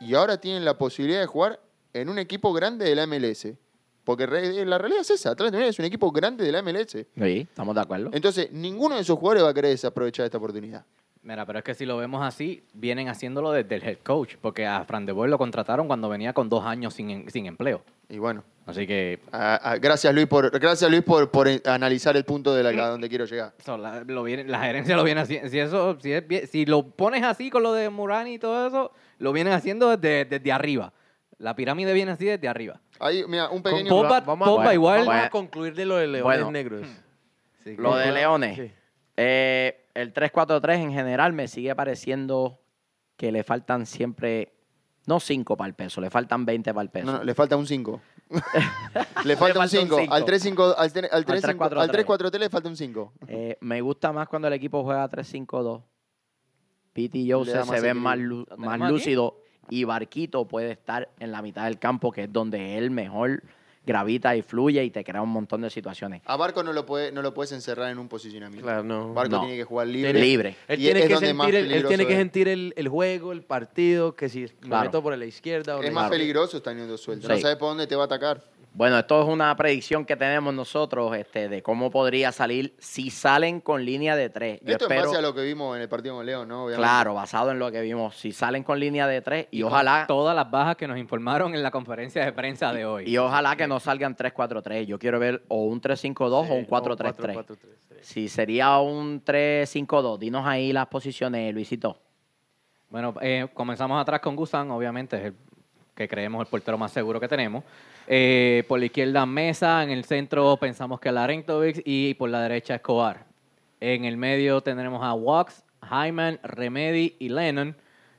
y ahora tienen la posibilidad de jugar en un equipo grande de la MLS. Porque re- eh, la realidad es esa, Atlanta United es un equipo grande de la MLS.
Sí, estamos de acuerdo.
Entonces, ninguno de esos jugadores va a querer desaprovechar esta oportunidad.
Mira, pero es que si lo vemos así, vienen haciéndolo desde el head coach, porque a Fran de Boer lo contrataron cuando venía con dos años sin, sin empleo.
Y bueno,
Así que
a- a- gracias Luis, por, gracias, Luis por, por eh, analizar el punto de la, a donde quiero llegar.
so, la, lo viene- la gerencia lo viene haciendo. Si, eso, si, es bien- si lo pones así con lo de Murani y todo eso, lo vienen haciendo desde, desde arriba. La pirámide viene así desde arriba.
Ahí, mira, un pequeño...
Con Pogba- Pogba
vamos
igual.
a concluir de lo de Leones
Bueno.
Negros.
Así que-
Lo de Leones.
Sí.
Eh, el 3-4-3 en general me sigue pareciendo que le faltan siempre, no 5 para el peso, le faltan 20 para el peso.
No, no, le falta un 5. le falta un
falta un
5.
cinco.
Al 3-5, al tre- al
Al
3-5,
3-4-3.
al 3-4-3 le falta un 5.
Eh, me gusta más cuando el equipo juega 3-5-2. Pete y
Le
Jose
da más
se ven más,
equilibrio.
lu-
Lo
más
tenemos aquí.
lúcidos y Barquito puede estar en la mitad del campo, que es donde él mejor gravita y fluye y te crea un montón de situaciones.
A Barco no lo, puede, no lo puedes encerrar en un posicionamiento.
Claro, no.
Barco
No.
tiene que jugar libre.
Libre.
Él
Y
tiene,
es
que
donde más
sentir el, él
peligroso
tiene que
es.
sentir el, el juego, el partido, que si me
Claro.
meto por la izquierda o la
Es más
Claro.
peligroso teniendo suelto. No
Sí.
sabes por dónde te va a atacar.
Bueno, esto es una predicción que tenemos nosotros este, de cómo podría salir si salen con línea de 3. Yo
Esto en
espero,
base a lo que vimos en el partido con León, ¿no? Obviamente.
claro, basado en lo que vimos, si salen con línea de 3 y, ojalá
Todas las bajas que nos informaron en la conferencia de prensa de hoy.
y ojalá que no salgan 3-4-3. Yo quiero ver o un 3-5-2 o un 4-3-3.
4-3-3.
Si sería un 3-5-2, dinos ahí las posiciones, Luisito.
Bueno, eh, comenzamos atrás con Gusán, obviamente, es el que creemos el portero más seguro que tenemos. Eh, por la izquierda Mesa, en el centro pensamos que Larentovic y por la derecha Escobar. En el medio tendremos a Wax, Hyman, Remedy y Lennon.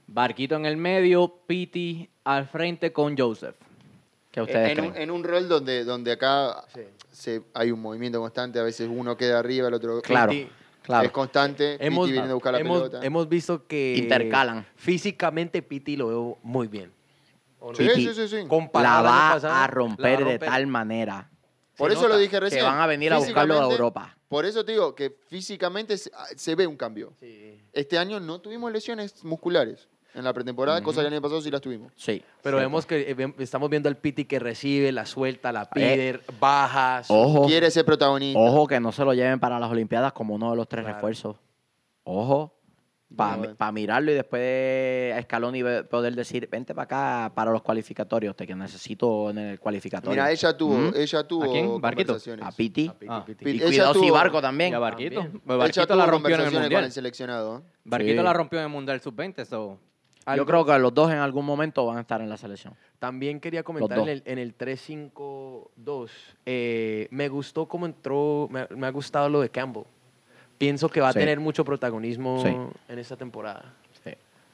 Barquito en el medio, Piti al frente con Joseph.
¿Qué ustedes
Eh, En
creen?
un, en un rol donde, donde acá
Sí.
se, hay un movimiento constante, a veces uno queda arriba, el otro
claro,
Piti-
claro.
es constante,
Hemos,
Piti viene a buscar la
hemos-
pelota.
hemos visto que
Intercalan.
físicamente Piti lo veo muy bien.
sí,
Piti
sí, sí, sí.
La
Comparado al
va
año pasado,
a
la
romper de
rompe.
tal manera.
Por
se
eso
nota
lo dije
que
recién.
van a venir a buscarlo de
Físicamente,
Europa.
Por eso te digo que físicamente se, se ve un cambio.
Sí.
Este año no tuvimos lesiones musculares en la pretemporada, cosa que el año pasado sí las tuvimos.
Sí.
Pero
Sí.
vemos que eh, ve- estamos viendo al Piti que recibe, la suelta, la pide,
Eh.
baja. su-
Ojo.
Quiere ser protagonista.
Ojo que no se lo lleven para las Olimpiadas como uno de los tres
Claro. eh.
refuerzos. Ojo. Para
Vamos a ver.
mirarlo y después a Escalón y ve- poder decir, vente para acá para los cualificatorios, te que necesito en el cualificatorio.
Mira, ella tuvo,
¿Mm?
ella tuvo
¿A quién? Barquito.
conversaciones.
A Piti.
Piti,
Ah.
Piti.
Y
Ella
cuidado si
tuvo-
Barco también.
Y a Barquito. pues,
También.
Ella
Barquito
tuvo
la rompió en el
conversaciones con
Mundial.
el seleccionado. ¿eh?
Barquito
Sí.
la rompió en el Mundial Sub-20. so,
Yo
algo-
creo que los dos en algún momento van a estar en la selección.
También quería comentar
dos.
en el, en el 3-5-2. eh, me gustó cómo entró, me, me ha gustado lo de Campbell. Pienso que va
Sí.
a tener mucho protagonismo
Sí.
en esta temporada.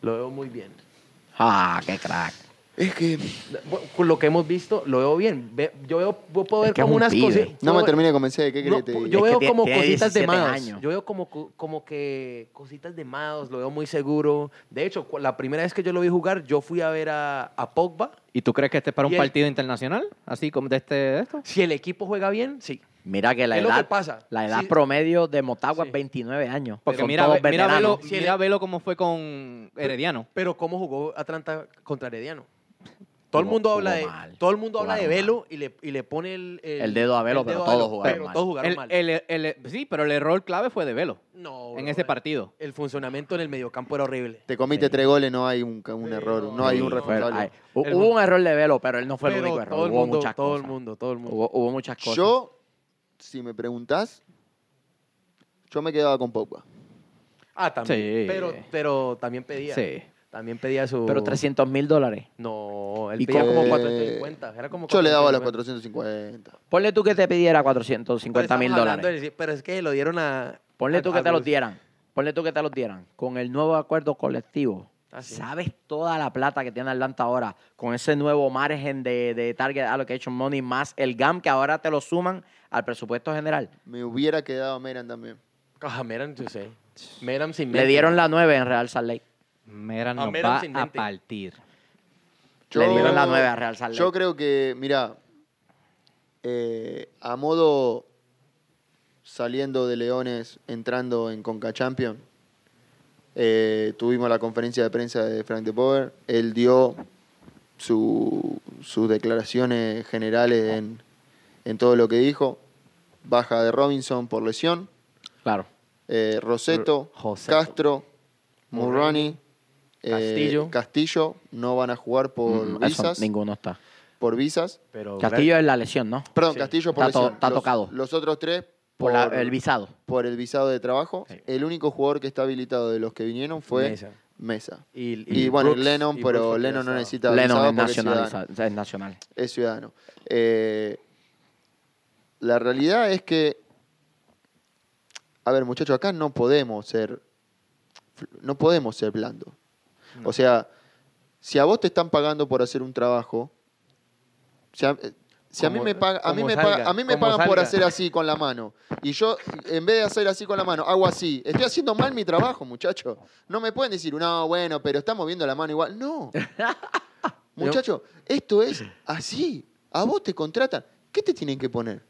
Lo veo muy bien.
¡Ah, qué crack!
Es que
Bueno, Con lo que hemos visto, lo veo bien. Ve- yo veo, yo puedo
Es
ver
que es
como
un
unas
pibe.
cosas.
no me termine de convencer. ¿Qué crees? que te diga?
pues,
Es
yo
que
veo
tie-
como
tiene
cositas de
17
Mados.
años.
Yo veo como, co- como que cositas de Mados, lo veo muy seguro. De hecho, cu- la primera vez que yo lo vi jugar, yo fui a ver a, a Pogba.
¿Y tú crees que este es para un
Y el-
partido internacional? Así como de este de esto.
Si el equipo juega bien, sí.
Mira que la
Es lo
edad,
que pasa.
La edad
Sí.
promedio de Motagua es
Sí.
29 años.
Porque
Son
mira,
todos
ve- mira,
veteranos.
velo,
Si el-
mira velo cómo fue con Herediano.
Pero cómo jugó Atlanta contra Herediano. Todo el
Jugó-
mundo habla
jugó
de
mal.
todo el mundo habla de
Jugaron
Velo y le, y le pone el,
El dedo a Velo, pero todos jugaron
pero
mal. Oh,
todos jugaron
El-
mal.
el- el- sí, pero el error clave fue de Velo
No,
en
bro,
eh.
ese
el-
partido.
El funcionamiento en el mediocampo era horrible.
Te comiste tres goles, no hay un, un error, no, hay
Sí,
un
fue-
responsable.
hay- hu-
El
hubo
mu-
un error de Velo, pero él no fue el
Pero
único error.
todo el
hubo
mundo,
muchas
todo el
cosas.
mundo, todo el mundo.
Hubo, hubo muchas cosas.
Yo, si me preguntás, yo me quedaba con Pogba.
Ah, también.
Sí.
Pero, pero también pedía.
Sí.
También pedía su.
pero 300 mil dólares.
No, él
¿Y
pedía
cómo?
como
Eh,
450. Era como
Yo le daba los
450.
450.
Ponle tú que te pidiera
Pero
450
estamos
mil
hablando
dólares.
de- pero es que lo dieron a.
Ponle
a-
tú
a
que te los
Gus.
dieran. Ponle tú que te los dieran. Con el nuevo acuerdo colectivo.
Ah, sí.
¿Sabes toda la plata que tiene Atlanta ahora? Con ese nuevo margen de, de Target ah, Allocation Money más el GAM que ahora te lo suman al presupuesto general.
Me hubiera quedado Meran también.
Ah, Meram, yo sé. Meram sin
Le
mente.
dieron la 9 en Real Salt Lake.
Mera
A
nos
Mera
va
sin
a
mente.
partir.
Le dieron la nueve a Real Salt Lake.
Yo creo que, mira, eh, a modo saliendo de Leones, entrando en Conca Champion, Eh, tuvimos la conferencia de prensa de Frank de Boer. Él dio su- sus declaraciones generales en, en todo lo que dijo. Baja de Robinson por lesión.
Claro.
eh, Roseto,
R- Joseto.
Castro, Murrani, eh,
Castillo.
Castillo no van a jugar por
Mm, eso,
visas.
ninguno está.
Por visas.
Pero
Castillo es la lesión, ¿no?
Perdón,
Sí.
Castillo por
Está to-
lesión.
está
Los-
tocado.
Los otros tres
Por, la- el visado.
por el visado de trabajo.
Sí.
El único jugador que está habilitado de los que vinieron fue
Mesa.
Mesa.
Y,
Y, bueno,
Brooks-
Lennon,
y Brooks
pero
porque ya
Lennon no
estaba.
necesita
Lennon
visado
es
porque es
nacional.
ciudadano.
Es nacional.
Es ciudadano. Eh, la realidad es que, a ver, muchachos, acá no podemos ser, no podemos ser blando. O sea, si a vos te están pagando por hacer un trabajo, si a, eh, si a mí
Como-
me, paga- a mí
como
me,
salga,
paga- a mí me
como
pagan por
salga.
hacer así con la mano, y yo en vez de hacer así con la mano, hago así, estoy haciendo mal mi trabajo, muchachos. No me pueden decir, no, bueno, pero estamos viendo la mano igual. No. Muchacho, esto es así. A vos te contratan. ¿Qué te tienen que poner?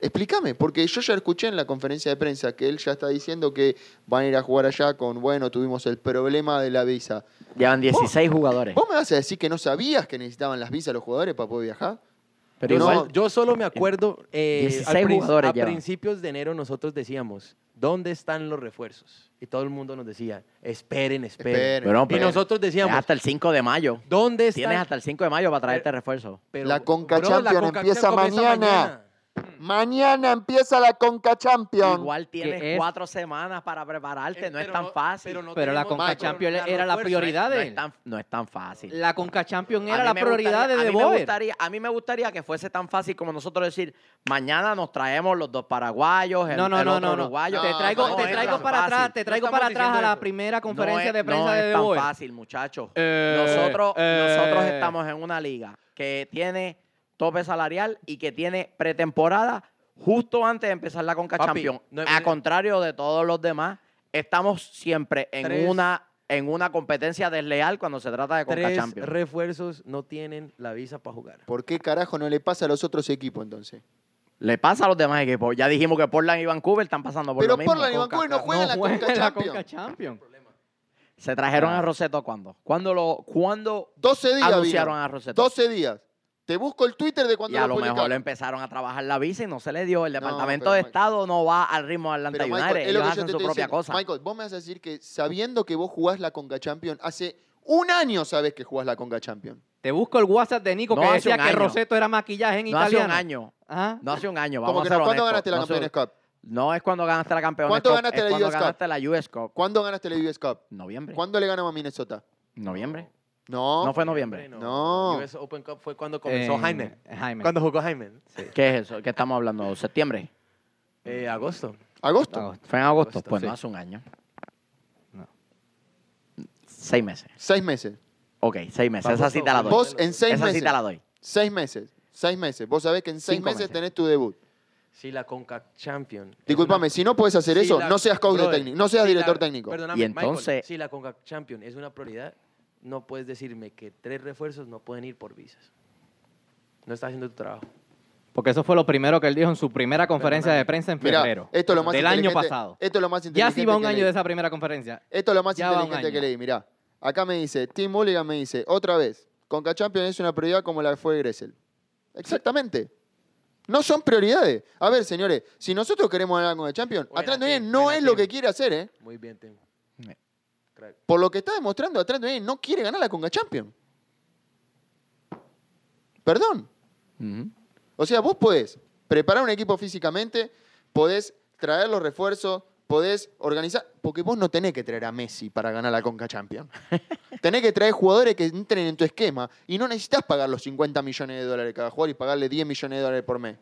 Explícame, porque yo ya escuché en la conferencia de prensa que él ya está diciendo que van a ir a jugar allá con, bueno, tuvimos el problema de la visa.
Oh.
Llevan 16 jugadores.
¿Vos me vas a decir que no sabías que necesitaban las visas los jugadores para poder viajar?
Pero
yo,
no-
igual,
sol- yo solo me acuerdo, eh,
16
al prin-
jugadores
a
lleva.
principios de enero nosotros decíamos, ¿dónde están los refuerzos? Y todo el mundo nos decía, esperen, esperen.
Esperen.
Pero,
Y
pero-
nosotros decíamos,
pues.
es hasta el 5 de mayo.
¿dónde están?
Tienes hasta el 5 de mayo para
Eh,
traerte refuerzo.
Pero,
La Conca
bro, la
Champions
Conca
empieza mañana. Mañana empieza la Conca Champions.
Igual
Que es-
tienes cuatro semanas para prepararte.
Eh,
No es
pero
tan
no-
fácil.
pero no
Pero la
tenemos
Conca
para
Champions
coronar
era la
refuerzo, ¿eh?
prioridad
No
de
es
él.
tan, no es tan fácil.
La Conca Champions
A
era
mí
la
me
prioridad
gustaría-
de
a
De
mí me
Boer.
gustaría- A mí me gustaría que fuese tan fácil como nosotros decir, mañana nos traemos los dos paraguayos, el,
No, no,
el
no,
otro
no, no.
uruguayo.
Te
No,
traigo,
no
te
es
traigo
tan
para
fácil.
atrás, te
No
traigo
estamos
para atrás a
diciendo
la
eso.
primera
No
conferencia
es-
de prensa
no
de
es
De
tan
Boer.
fácil, muchachos.
Eh,
nosotros,
eh.
nosotros estamos en una liga que tiene tope salarial y que tiene pretemporada justo antes de empezar la Conca
Papi,
Champions.
no es-
a contrario de todos los demás, estamos siempre en
Tres-
una en una competencia desleal cuando se trata de Conca
Tres
Champions.
refuerzos no tienen la visa para jugar.
¿Por qué carajo no le pasa a los otros equipos entonces?
Le pasa a los demás equipos. Ya dijimos que Portland y Vancouver están pasando por
Pero
lo mismo.
Portland y Vancouver no juegan la
juega
Conca
en la Conca
Champions.
Champions.
¿Se trajeron
Ah.
a Roseto cuándo? ¿Cuándo lo cuándo
12 días.
anunciaron
vino.
a Roseto?
12 días. Te busco el Twitter de cuando
y a
lo
lo mejor
publicaron.
empezaron a trabajar la visa y no se le dio. El
No,
Departamento
pero
de
Michael-
Estado no va al ritmo de Atlanta
Pero,
United.
Michael, es lo
eh, Ellos
que yo
hacen
te
su
estoy
propia
diciendo.
cosa.
Michael, vos me vas a decir que sabiendo que vos jugás la Conca Champion, hace un año sabes que jugás la Conca Champion.
Te busco el WhatsApp de Nico
No,
que
hace
decía
un
que
año.
Roseto era maquillaje en
no
italiano.
hace un año.
Ajá.
No hace un año. Vamos
Como
a
que
ser
no, ¿cuándo
honestos.
ganaste la
no, hace-
Campeones Cup?
no es cuando ganaste la Campeones
¿Cuándo
Cup,
ganaste
es
la
cuando
US Cup?
ganaste la US Cup.
¿Cuándo ganaste la US Cup?
Noviembre.
¿Cuándo le ganamos a Minnesota?
Noviembre.
No.
No fue noviembre.
No.
US Open Cup fue cuando comenzó
Eh,
Jaime.
Jaime.
Cuando jugó Jaime.
¿Qué es eso? ¿Qué estamos hablando? ¿Septiembre?
Eh, agosto.
¿Agosto?
Agosto.
¿Fue en agosto?
Agosto,
pues
sí.
no hace un año.
No.
Seis meses.
Seis meses.
Ok, seis meses. Esa sí te la doy.
Vos en seis
Esa
meses.
sí te la doy.
Seis meses. Seis meses. Vos sabés que en seis
Cinco
meses,
meses.
tenés tu debut.
Sí, la Conca Champion. es
Disculpame,
una-
si no puedes hacer
Sí,
eso,
la-
no seas coach de
brother,
técnico, no seas
sí, la-
director técnico.
Perdóname,
Y
Michael,
entonces-
si la Conca Champion es una prioridad, no puedes decirme que tres refuerzos no pueden ir por visas. No estás haciendo tu trabajo.
Porque eso fue lo primero que él dijo en su primera conferencia
Perdóname.
de prensa en
Mirá,
febrero.
esto es lo más
del año
inteligente-
pasado.
Esto es lo más
Ya
inteligente.
sí va un
que
año
leí.
de esa primera conferencia.
Esto es lo más
Ya va un
inteligente que
año.
leí, mirá. Acá me dice, Tim Mulligan me dice, otra vez, Conca Champions es una prioridad como la fue Gressel. Exactamente. No son prioridades. A ver, señores, si nosotros queremos ganar la Conca Champions,
Buena,
Atlanta United
Tim,
no
buena,
es lo
Tim.
que quiere hacer, ¿eh?
Muy bien, Tim. Crack.
Por lo que está demostrando, Atlanta United no quiere ganar la Conca Champions. Perdón.
Ujú.
O sea, vos podés preparar un equipo físicamente, podés traer los refuerzos, podés organizar. Porque vos no tenés que traer a Messi para ganar la Conca Champions. tenés que traer jugadores que entren en tu esquema y no necesitas pagar los 50 millones de dólares cada jugador y pagarle 10 millones de dólares por mes.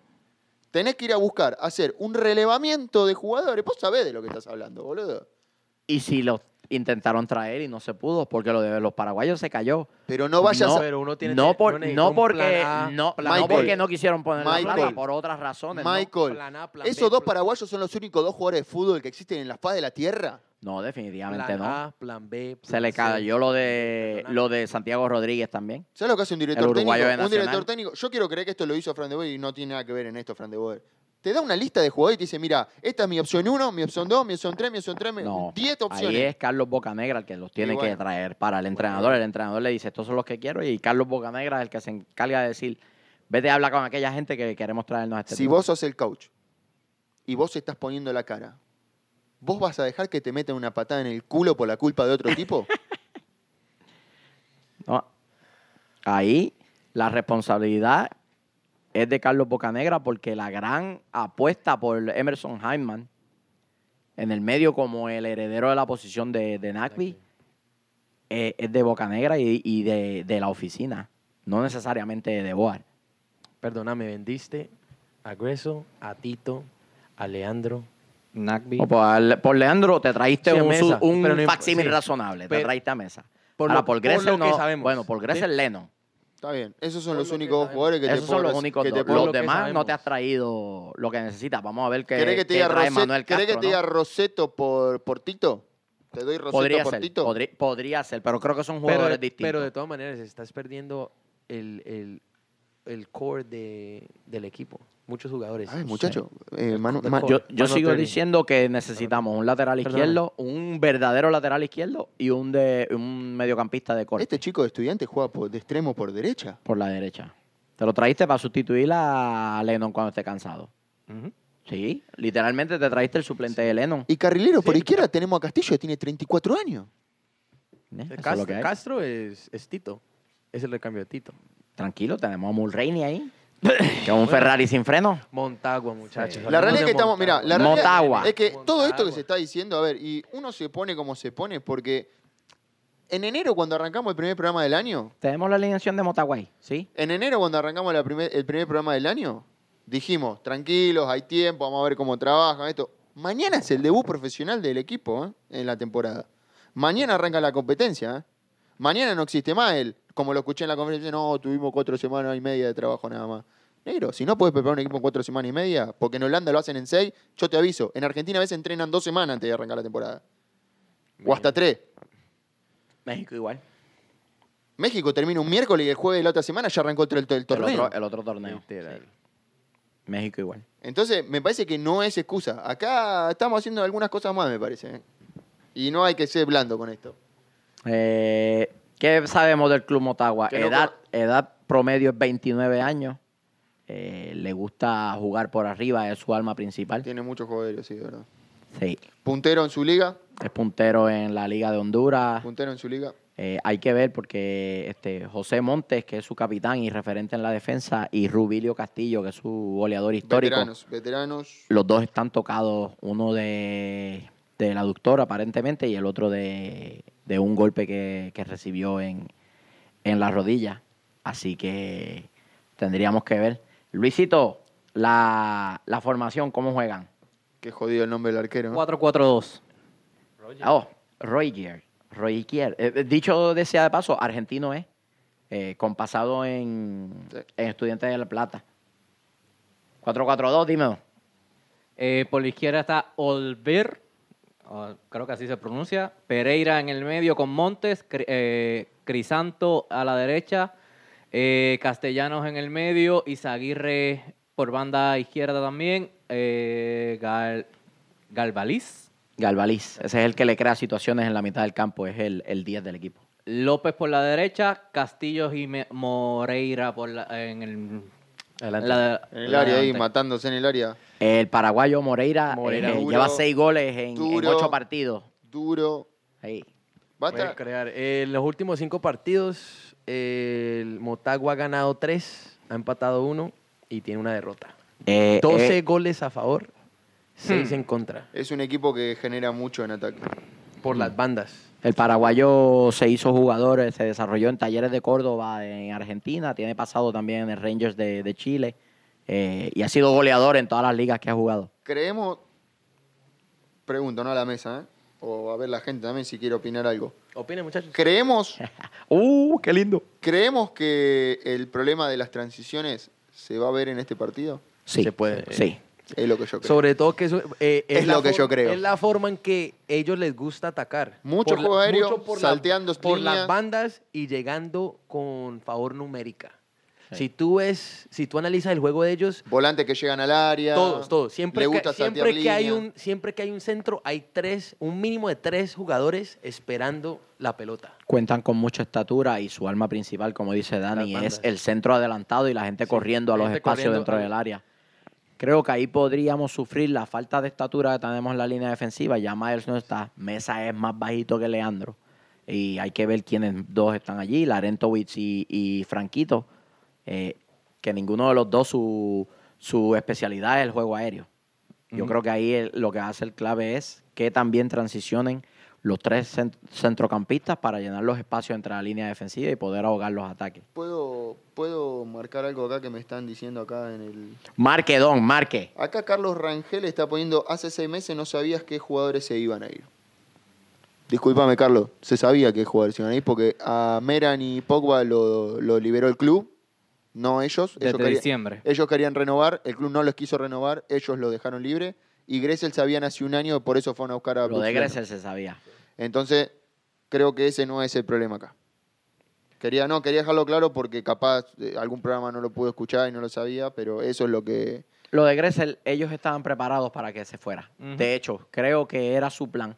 Tenés que ir a buscar, hacer un relevamiento de jugadores. Vos sabés de lo que estás hablando, boludo.
Y si lo intentaron traer y no se pudo, porque lo de los paraguayos se cayó.
Pero no vayas
no,
a.
pero uno tiene-
no, por-
uno necesita
no
un
porque,
plan A,
no,
plan
no
B.
porque no quisieron poner la
Michael.
plata, por otras razones. ¿no?
Michael,
Plan A, plan B,
esos dos
plan-
paraguayos son los únicos dos jugadores de fútbol que existen en la faz de la tierra.
No, definitivamente
Plan
no.
A, plan B.
Se le cayó lo de lo de Santiago Rodríguez también.
¿Sabes lo que hace un director
El uruguayo
técnico?
de
Un director
Nacional.
técnico. Yo quiero creer que esto lo hizo Fran de Boer y no tiene nada que ver en esto, Fran de Boer. Te da una lista de jugadores y te dice, mira, esta es mi opción 1, mi opción 2, mi opción 3, mi opción 3,
No,
10
ahí
opciones.
es Carlos Bocanegra el que los tiene
Y bueno.
que traer para el entrenador. El entrenador le dice, estos son los que quiero y Carlos Bocanegra es el que se encarga de decir, vete a hablar con aquella gente que queremos traernos a este
Si
tipo".
vos sos el coach y vos estás poniendo la cara, ¿vos vas a dejar que te metan una patada en el culo por la culpa de otro tipo?
No. Ahí la responsabilidad es de Carlos Bocanegra porque la gran apuesta por Emerson Hyman en el medio como el heredero de la posición de, de Nagby eh, es de Bocanegra y, y de, de la oficina, no necesariamente de Boar.
Perdona, me vendiste a Greso, a Tito, a Leandro.
Nagby.
O por, Ale- por Leandro te traíste
Sí, a
un,
Mesa,
su- un
pero no imp-
facsímil
sí.
razonable, te
Pero-
traíste a mesa.
por
Ahora,
lo-
por
por
Gressel
lo que
no-
sabemos.
Bueno, por Gressel Lennon.
Está bien. Esos son
Por
los
lo que
únicos
sabemos.
jugadores que
Esos
te puedo
son los
res-
únicos
que te
dos.
puedo-
Los
lo que
demás no
sabemos.
te has traído lo que necesitas. Vamos a ver qué,
¿Querés que te
qué
diga,
trae
Roset-
Manuel
¿Querés que
Castro,
te
¿no?
diga Roseto por, por Tito? ¿Te doy Roseto
Podría
por
ser,
Tito?
podri- podría ser, pero creo que son
Pero,
jugadores distintos.
pero de todas maneras, estás perdiendo el, el, el core de, del equipo. Muchos jugadores.
Ay, muchacho. eh, Manu-
de
Ma-
co-
yo yo
Mano
sigo
Terry.
diciendo que necesitamos un lateral
Perdón.
izquierdo, un verdadero lateral izquierdo y un de un mediocampista de corte
este chico de estudiante juega por- de extremo por derecha.
por la derecha. Te lo traíste para sustituir a Lennon cuando esté cansado.
Ujú.
Sí, literalmente te traíste el suplente de Lennon.
Y carrilero por izquierda tenemos a Castillo, que tiene 34 años.
¿Eh? Eso es lo
Castro,
que hay.
Castro es, es Tito. Es el recambio de Tito.
Tranquilo, tenemos a Mulroney ahí. que es un Ferrari sin freno.
Montagua, muchachos.
La realidad es que estamos, mira, la realidad
Motagua.
es que todo esto que
Motagua.
se está diciendo, a ver, y uno se pone como se pone, porque en enero cuando arrancamos el primer programa del año,
Tenemos la alineación de Motaguay, ¿sí?
en enero cuando arrancamos la primer- el primer programa del año, dijimos, tranquilos, hay tiempo, vamos a ver cómo trabajan esto. Mañana es el debut profesional del equipo ¿eh? en la temporada. Mañana arranca la competencia. ¿eh? Mañana no existe más el, como lo escuché en la conferencia, no, tuvimos cuatro semanas y media de trabajo nada más. Negro, si no puedes preparar un equipo en cuatro semanas y media, porque en Holanda lo hacen en seis, yo te aviso. En Argentina a veces entrenan dos semanas antes de arrancar la temporada. O hasta tres.
México igual.
México termina un miércoles y el jueves de la otra semana ya arrancó el, el
El
torneo.
otro, el otro torneo. Sí. México igual.
Entonces, me parece que no es excusa. Acá estamos haciendo algunas cosas más, me parece. ¿eh? Y no hay que ser blando con esto.
Eh, ¿Qué sabemos del club Motagua?
Que no
edad, edad promedio es 29 años. Eh, le gusta jugar por arriba, es su alma principal.
Tiene muchos jugadores, sí, de verdad.
Sí.
Puntero en su liga.
Es puntero en la Liga de Honduras.
Puntero en su liga.
Eh, hay que ver porque este, José Montes, que es su capitán y referente en la defensa, y Rubilio Castillo, que es su goleador histórico,
Veteranos. Veteranos.
los dos están tocados, uno de, de la aductora aparentemente y el otro de, de un golpe que, que recibió en, en la rodilla. Así que tendríamos que ver. Luisito, la, la formación, ¿cómo juegan?
Qué jodido el nombre del arquero. ¿eh? ¿no?
4-4-2.
Oh, Royer. Royer. Eh, eh, dicho de sea de paso, argentino es. eh, con pasado en,
Sí.
en Estudiantes de La Plata. 4-4-2, dímelo.
Eh, por la izquierda está Olver, o- creo que así se pronuncia. Pereira en el medio con Montes, Cri- eh, Crisanto a la derecha, eh, Castellanos en el medio, Izaguirre por banda izquierda también, eh, Gal- Galvaliz,
Galvaliz. Ese es el que le crea situaciones en la mitad del campo. Es el, el 10 del equipo.
López por la derecha, Castillos y Me- Moreira por la- en el,
Adelante.
la-
En el área ahí,
delante.
matándose en el área.
El paraguayo Moreira,
Moreira.
eh,
Duro.
lleva 6 goles en, en
Duro.
ocho partidos.
Duro.
Ahí.
Basta.
Puede crear. En los últimos cinco partidos, el Motagua ha ganado tres, ha empatado uno y tiene una derrota.
Eh,
12
eh,
goles a favor, 6 en contra,
Es un equipo que genera mucho en ataque.
por las bandas.
El paraguayo se hizo jugador, eh, se desarrolló en Talleres de Córdoba en Argentina, tiene pasado también en el Rangers de, de Chile eh, y ha sido goleador en todas las ligas que ha jugado.
Creemos. Pregunto, no a la mesa, ¿eh? O a ver la gente también si quiere opinar algo.
Opinen, muchachos.
Creemos
¡Uh, qué lindo!
¿Creemos que el problema de las transiciones se va a ver en este partido?
Sí,
Se puede.
Sí.
Es lo que yo creo.
Sobre todo que eso, eh,
Es
la
lo que
for-
yo creo.
Es la forma en que ellos les gusta atacar.
Mucho
Por la-
juego aéreo,
la-
salteando
por
líneas.
las bandas y llegando con favor numérica. Si tú ves, si tú analizas el juego de ellos,
Volantes que llegan al área.
todos, todos. Siempre,
le
que,
gusta
siempre,
saltear
que hay
línea.
un, siempre que hay un centro, hay tres, un mínimo de tres jugadores esperando la pelota.
Cuentan con mucha estatura y su arma principal, como dice Dani,
Las
es
bandas.
el centro adelantado y la gente
Sí,
corriendo a
la
los
gente
espacios
corriendo
dentro
al-
del área. Creo que ahí podríamos sufrir la falta de estatura que tenemos en la línea defensiva. Ya Myers no está. Mesa es más bajito que Leandro. Y hay que ver quiénes dos están allí, Larentowicz y, y Franquito. eh, que ninguno de los dos su, su especialidad es el juego aéreo. Yo creo que ahí el- lo que hace el clave es que también transicionen los tres cen- centrocampistas para llenar los espacios entre la línea defensiva y poder ahogar los ataques.
¿Puedo, ¿Puedo marcar algo acá que me están diciendo acá en el.
Marque, Don, marque.
Acá Carlos Rangel está poniendo, hace seis meses no sabías qué jugadores se iban a ir. Discúlpame, Carlos, se sabía qué jugadores se iban a ir porque a Meran y Pogba lo, lo liberó el club, no ellos.
Desde
ellos querían-
diciembre.
Ellos querían renovar, el club no los quiso renovar, ellos lo dejaron libre. Y Gressel sabían hace un año, por eso fueron a buscar a
Lo de
Bruxelles.
Gressel se sabía.
Entonces, creo que ese no es el problema acá. Quería, no, quería dejarlo claro porque capaz eh, algún programa no lo pude escuchar y no lo sabía, pero eso es lo que...
Lo de Gressel, ellos estaban preparados para que se fuera.
Ujú.
De hecho, creo que era su plan.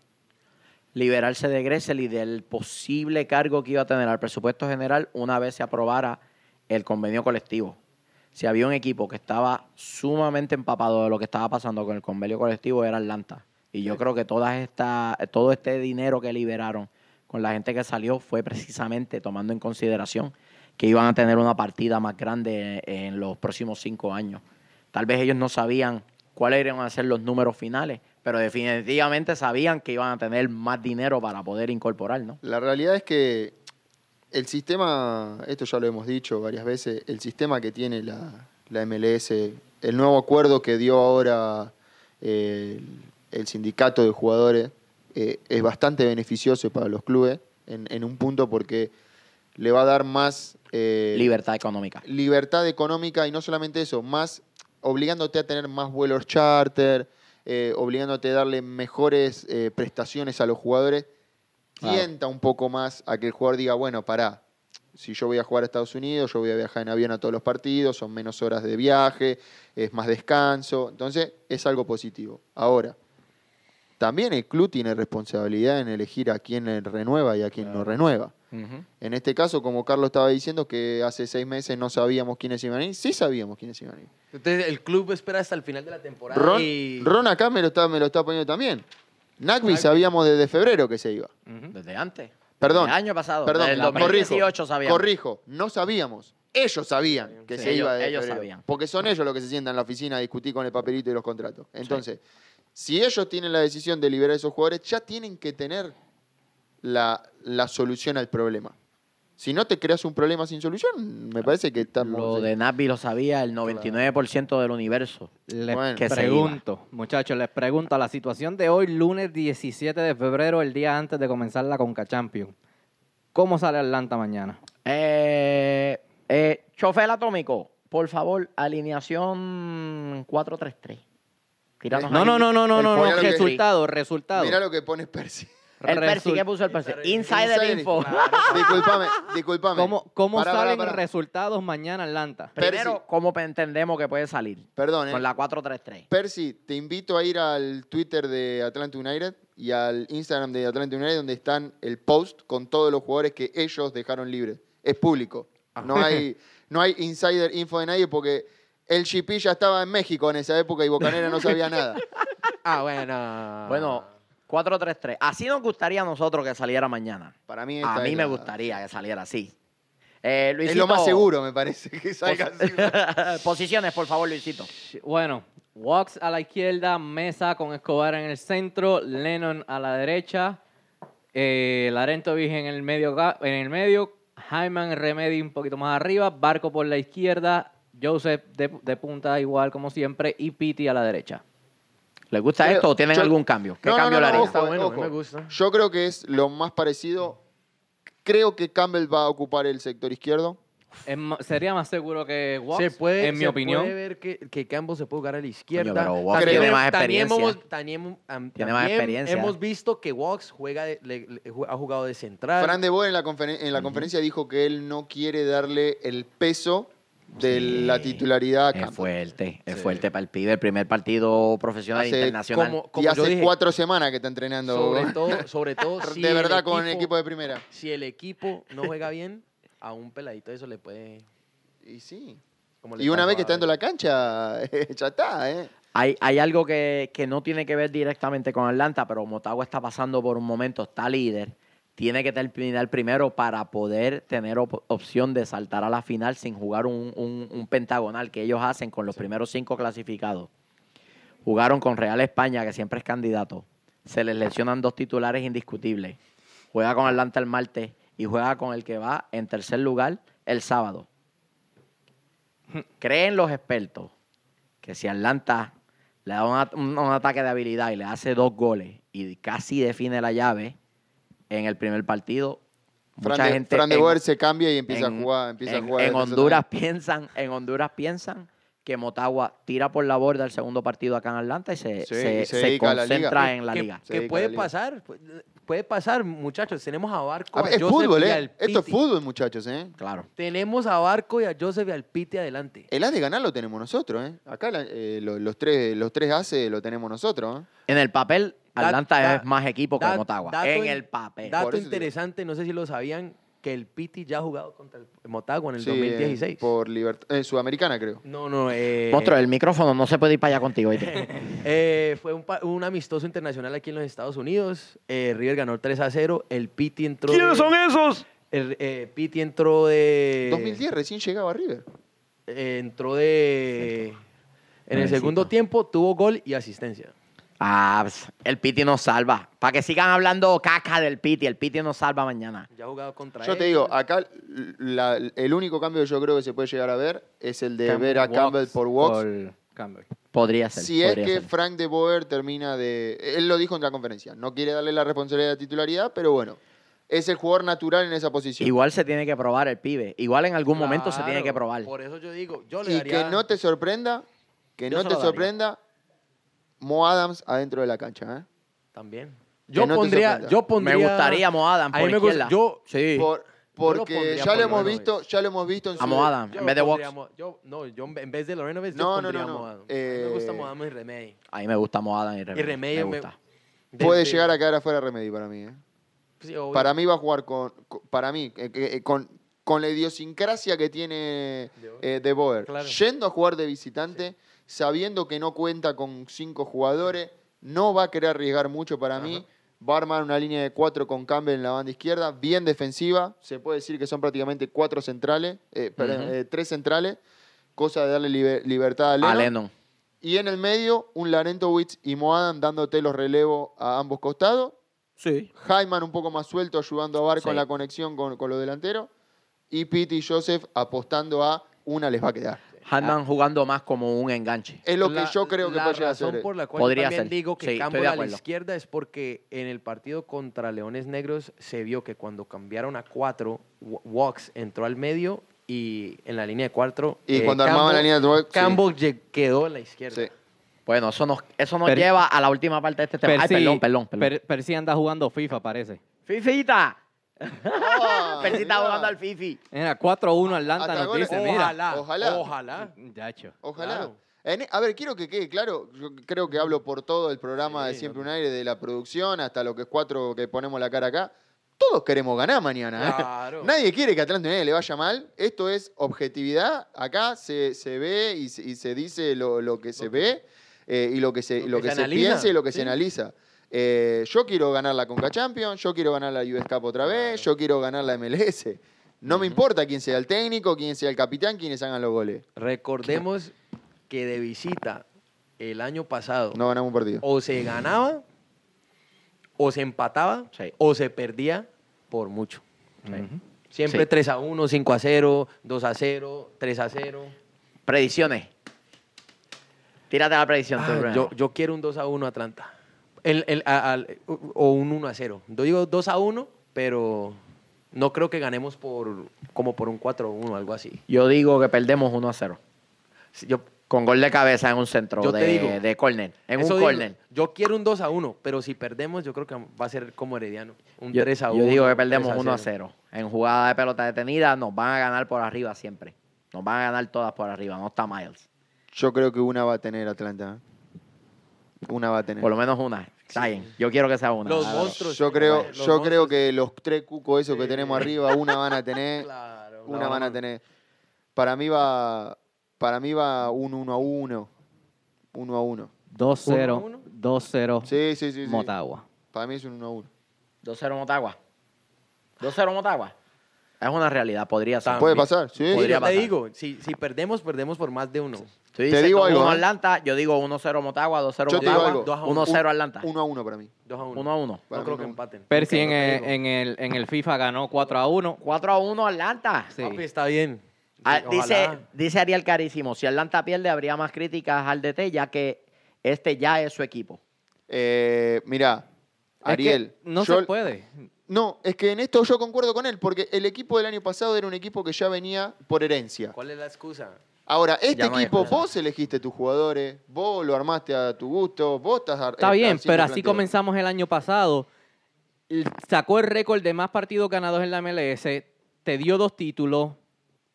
Liberarse de Gressel y del posible cargo que iba a tener al presupuesto general una vez se aprobara el convenio colectivo. Si había un equipo que estaba sumamente empapado de lo que estaba pasando con el convenio colectivo, era Atlanta. Y yo creo que todas esta, todo este dinero que liberaron con la gente que salió fue precisamente tomando en consideración que iban a tener una partida más grande en los próximos cinco años. Tal vez ellos no sabían cuáles iban a ser los números finales, pero definitivamente sabían que iban a tener más dinero para poder incorporar, ¿no?
La realidad es que el sistema, esto ya lo hemos dicho varias veces, el sistema que tiene la, la MLS, el nuevo acuerdo que dio ahora eh, el, el sindicato de jugadores, eh, es bastante beneficioso para los clubes en, en un punto porque le va a dar más... eh,
Libertad económica.
libertad económica y no solamente eso, más obligándote a tener más vuelos charter, eh, obligándote a darle mejores eh, prestaciones a los jugadores,
Claro.
tienta un poco más a que el jugador diga, bueno, pará, si yo voy a jugar a Estados Unidos, yo voy a viajar en avión a todos los partidos, son menos horas de viaje, es más descanso, entonces es algo positivo. Ahora, también el club tiene responsabilidad en elegir a quién eh, renueva y a quién no renueva. En este caso, como Carlos estaba diciendo, que hace seis meses no sabíamos quiénes iban a ir, sí sabíamos quiénes iban a ir.
Entonces el club espera hasta el final de la temporada.
Ron,
y...
Ron acá me lo está, me lo está poniendo también. Nagby
Nagby.
sabíamos desde febrero que se iba.
Desde antes.
Perdón.
El año pasado.
Perdón,
desde el
corrijo,
2018 sabíamos.
Corrijo, no sabíamos. Ellos sabían que
Sí,
se
ellos-
iba desde
ellos
febrero,
sabían.
Porque son ellos los que se sientan en la oficina a discutir con el papelito y los contratos. Entonces, si ellos tienen la decisión de liberar a esos jugadores, ya tienen que tener la, la solución al problema. Si no te creas un problema sin solución, me parece que estamos...
Lo de Navi lo sabía el 99% del universo.
Les
Bueno.
Que se
pregunto, muchachos, les pregunto, la situación de hoy, lunes 17 de febrero, el día antes de comenzar la Conca Champions, ¿cómo sale Atlanta mañana?
Eh, eh, chofer atómico, por favor, alineación 433. Tíranos
Eh, No,
ahí.
no, no, no, no,
el
no, no,
pollo que-
resultado, resultado.
Mirá lo que pone Percy.
El Percy,
Resul-
¿qué puso el Percy? Insider,
Insider
Info.
info. disculpame, disculpame.
¿Cómo, cómo
Pará, pará,
salen
pará.
resultados mañana Atlanta?
Percy.
Primero, ¿cómo pe- entendemos que puede salir?
Perdón, eh.
Con la 433.
Percy, te invito a ir al Twitter de Atlanta United y al Instagram de Atlanta United donde están el post con todos los jugadores que ellos dejaron libres. Es público.
Ah.
No hay, no hay insider info de nadie porque el GP ya estaba en México en esa época y Bocanera no sabía nada.
Ah, bueno.
Bueno, 433. Así nos gustaría a nosotros que saliera mañana.
Para mí esta
A mí
es
me
la-
gustaría que saliera así. Eh,
Es
Luisito,
lo más seguro, me parece, que salga así.
Posiciones, por favor, Luisito.
Bueno, Walks a la izquierda, Mesa con Escobar en el centro, Lennon a la derecha, eh, Larentovich en el medio, ga- en el medio Hyman Remedy un poquito más arriba, Barco por la izquierda, Joseph de, de punta igual como siempre y Piti a la derecha.
¿Les gusta
Creo-
esto o tienen
yo-
algún cambio? ¿Qué
No, no,
cambio le
no, no,
harían?
ojo,
Está bueno, a mí
ojo.
me gusta.
Yo creo que es lo más parecido. Creo que Campbell va a ocupar el sector izquierdo.
Es ma- sería más seguro que Walks,
se puede,
en mi
se
opinión.
puede ver que, que Campbell se puede jugar a la izquierda.
pero Walks
tiene
hemos-
más
también
experiencia.
hemos- también, am-
Tiene más
también
experiencia.
hemos visto que Walks juega de- le- le- ju- ha jugado de central.
Fran de Boer en la, conferen- en la conferencia dijo que él no quiere darle el peso de
Sí.
la titularidad a
Es
Campbell.
fuerte, es
Sí.
fuerte para el pibe. El primer partido profesional
Hace
internacional.
como-
y
como yo
hace
dije.
cuatro semanas que está entrenando.
Sobre todo, sobre todo si
de
el
verdad con el equipo de primera.
Si el equipo no juega bien, a un peladito eso le puede...
Y sí.
como le
Y una
pasó
vez que
a-
está dentro de la cancha, ya está, ¿eh?
Hay, hay algo que, que no tiene que ver directamente con Atlanta, pero Motagua está pasando por un momento, está líder. Tiene que terminar primero para poder tener op- opción de saltar a la final sin jugar un, un- un pentagonal que ellos hacen con los primeros cinco clasificados. Jugaron con Real España, que siempre es candidato. Se les lesionan dos titulares indiscutibles. Juega con Atlanta el martes y juega con el que va en tercer lugar el sábado. Creen los expertos que si Atlanta le da un at- un, un ataque de habilidad y le hace dos goles y casi define la llave en el primer partido,
Fran
mucha
de,
gente
Fran de
en-
Boer se cambia y empieza
en-
a jugar. Empieza
en,
a jugar
en
defensa
Honduras piensan, en Honduras piensan que Motagua tira por la borda el segundo partido acá en Atlanta y se,
Sí,
se-
y se
se
dedica a la liga.
concentra en la
que-
liga.
Se
Que
dedica a
puede
la liga.
pasar, pu- puede pasar, muchachos. Tenemos a Barco,
también. A ver, es
Joseph
fútbol,
y
¿eh?
al
Esto es
Piti.
fútbol, muchachos, ¿eh?
Claro.
Tenemos a Barco y a Joseph y al Piti adelante.
El A de ganar lo tenemos nosotros, ¿eh? Acá la- eh, lo- los, tres, los tres haces lo tenemos nosotros, ¿eh?
En el papel,
Da-
Atlanta
da-
es más equipo que
da-
Motagua.
dato
En
in-
el papel.
da- Por
Dato
eso te
interesante, no sé si lo sabían, que el Piti ya ha jugado contra el Motagua en el
Sí, eh,
2016.
Por libertad. Sudamericana, creo.
No, no, eh,
Monstruo, el micrófono no se puede ir para allá contigo. ¿oíste?
eh, fue un, pa- un amistoso internacional aquí en los Estados Unidos. eh, River ganó 3 a 0. El Piti entró. de-
esos?
El eh, Piti entró de.
2010 recién llegaba River.
eh, entró de. En el
Nuevecito.
segundo tiempo tuvo gol y asistencia.
Ah, ps, el Piti nos salva. Para que sigan hablando caca del Piti, el Piti nos salva mañana.
Ya ha jugado contra
Yo te
él.
digo, acá la- el único cambio que yo creo que se puede llegar a ver es el de
Campbell
ver a
Walks
Campbell por Walks.
por Campbell.
Podría ser.
Si es
podría
que
ser.
Frank de Boer termina de. Él lo dijo en la conferencia. No quiere darle la responsabilidad de titularidad, pero bueno. Es el jugador natural en esa posición.
Igual se tiene que probar el pibe. Igual en algún momento se tiene
Claro,
que probar.
Por eso yo digo, yo le
y
daría.
que no te sorprenda, que
Yo
no
se
te
lo daría.
sorprenda Mo Adams adentro de la cancha. ¿eh?
También. Yo
no te
pondría,
sorprenda.
yo pondría.
Me gustaría Moadan
A
por
mí me gusta.
izquierda.
Yo,
sí.
Por-
Yo lo
porque
pondría
ya
por
lo hemos
Lorenovic.
visto, ya lo hemos visto en su.
a Moadan
yo
en vez de
pondría
Vox.
Mo- yo- no, yo en vez de Loreno Vélez,
No,
yo
no,
pondría
no, no.
Mohamed. A mí me gusta
Eh,
Mohamed y Remedy.
A mí me gusta Moadan y
Y
Remedio.
Remedy
me
me-
gusta.
Puede
desde-
llegar a quedar afuera Remedy para mí. ¿eh?
Sí, obvio.
Para mí va a jugar con. con- para mí, eh, que- eh, con, con la idiosincrasia que tiene eh, De Boer.
Claro.
Yendo a jugar de visitante, sabiendo que no cuenta con cinco jugadores, no va a querer arriesgar mucho para mí. Va a armar una línea de cuatro con Campbell en la banda izquierda, bien defensiva. Se puede decir que son prácticamente cuatro centrales, eh, perdón, eh, tres centrales, cosa de darle liber- libertad a Lennon.
A Lennon.
Y en el medio, un Larentowicz y Moadan dándote los relevos a ambos costados.
Sí.
Hyman un poco más suelto ayudando a Barco
Sí.
en la conexión con, con los delanteros. Y Pitti y Joseph apostando a una les va a quedar.
Ah.
Hanman jugando más como un enganche.
Es lo
La-
que yo creo que
la
puede llegar a
razón
ser.
por la cual
Podría
yo también
ser.
digo que
Sí, estoy de
Campbell a la
acuerdo.
izquierda es porque en el partido contra Leones Negros se vio que cuando cambiaron a cuatro, Wa- Walks entró al medio y en la línea de cuatro.
Y cuando armaban la línea de Walks, sí.
Eh, Campbell lle- quedó en la izquierda.
Sí.
Bueno, eso nos, eso nos
Pero-
lleva a la última parte de este tema. Ay,
Percy-
perdón, perdón, perdón.
Per- Percy anda jugando FIFA, parece.
¡Fifita!
Ah,
Percy está
mirá.
jugando al Fifi.
Mira, 4-1 Atlanta
Hasta
nos
goles.
dice, mira.
Ojalá,
Ojalá.
ojalá.
Yacho.
Ojalá.
Claro.
En- e, a ver, quiero que quede claro. Yo creo que hablo por todo el programa de
Sí,
Siempre
no-
un Aire, de la producción hasta lo que es cuatro que ponemos la cara acá. Todos queremos ganar mañana. ¿eh?
Claro.
Nadie quiere que a Atlanta United le vaya mal. Esto es objetividad. Acá se, se ve y se, y se dice lo, lo que se ve eh, y lo que se,
Lo
lo
que
que
se
se
analiza,
piensa y lo que se
sí.
analiza. Eh, yo quiero ganar la Conca Champions, yo quiero ganar la US Cup otra vez, yo quiero ganar la MLS. No me importa quién sea el técnico, quién sea el capitán, quiénes hagan los goles.
Recordemos que de visita el año pasado
No ganamos un partido.
o se ganaba, o se empataba,
Sí.
o se perdía por mucho.
Sí.
Siempre
Sí.
3 a 1, 5 a 0, 2 a 0, 3 a 0.
Predicciones. Tírate la predicción. tú primero.
Ah, yo, yo quiero un 2 a 1 Atlanta. El- el- a- al- o un 1 a 0. Yo digo 2 a 1, pero no creo que ganemos por como por un 4 a 1 algo así.
Yo digo que perdemos 1 a 0.
Si Yo,
Con gol de cabeza en un centro
Yo te
de,
digo.
de córner. En
eso
un
digo,
córner.
Yo quiero un 2 a 1, pero si perdemos, yo creo que va a ser como Herediano. Un
Yo,
3 a
yo
1.
digo que
un 3
perdemos 1 a 0. En jugada de pelota detenida nos van a ganar por arriba siempre. Nos van a ganar todas por arriba, no está Miles.
Yo creo que una va a tener Atlanta. ¿eh? Una va a tener.
Por lo menos una. Está bien. Yo quiero que sea una.
Los
Claro.
monstruos.
Yo creo,
Los
yo creo
monstruos.
que los tres cucos esos que
Sí.
tenemos arriba, una van a tener.
Claro,
Una van a tener. Para mí va. Para mí va un 1 a 1. 1 a 1.
2-0.
Uno, uno.
2-0.
Sí, sí, sí. sí.
Motagua.
Para mí es un 1 a 1.
2-0 Motagua. 2-0 Motagua. Es una realidad, podría
Ah,
ser.
Puede pasar, sí.
Sí,
Podría
yo te
pasar.
digo, si, si perdemos, perdemos por más de uno.
Tú dices
digo
que
algo,
uno
¿eh?
Atlanta, yo digo 1-0 Motagua, 2-0
Yo te digo algo.
Motagua, 1-0 Atlanta.
1 a 1 para mí.
Dos a uno. eh,
Uno a uno.
Para
No
mí
creo
no.
que empaten.
Percy
Ok,
en,
lo que
el,
digo.
en, el, en el FIFA ganó 4 a 1.
4 a 1 Atlanta.
Sí.
Papi, está bien.
Ah,
Sí,
dice,
ojalá.
dice Ariel Carísimo, si Atlanta pierde habría más críticas al DT ya que este ya es su equipo.
Eh, mirá, Ariel.
Es que no
yo-
se puede.
No, es que en esto yo concuerdo con él, porque el equipo del año pasado era un equipo que ya venía por herencia.
¿Cuál es la excusa?
Ahora, este
Ya no hay
equipo,
excusa.
vos elegiste tus jugadores, vos lo armaste a tu gusto, vos estás... ar- eh,
Está bien,
haciendo
pero
el
así
planteo.
comenzamos el año pasado. L- Sacó el récord de más partidos ganados en la MLS. Te dio dos títulos.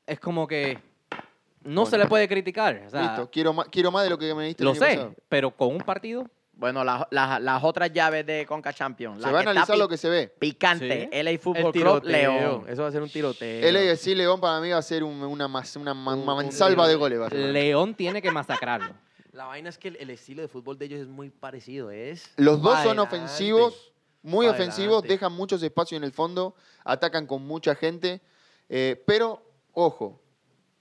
Es como que no se le puede criticar. o sea,
Listo, quiero más, quiero más de lo que me diste el
lo
año
sé,
pasado.
pero con un partido.
Bueno, las- las- las otras llaves de Conca Champions.
Se
la
va a
que está
analizar lo
pi-
que se ve.
Picante,
Sí.
LA
El
Football Club,
tiroteo.
León.
Eso va a ser un tiroteo.
LAFC León para mí va a ser un- una, mas- una ma-
Un-
ma-
un
mansalva de
León.
goles. va a ser.
León tiene que masacrarlo.
La vaina es que el, el estilo de fútbol de ellos es muy parecido. Es
Los dos
pa'
son
adelante.
ofensivos, muy
Pa'
ofensivos,
adelante.
dejan muchos espacios en el fondo, atacan con mucha gente. eh, pero, ojo,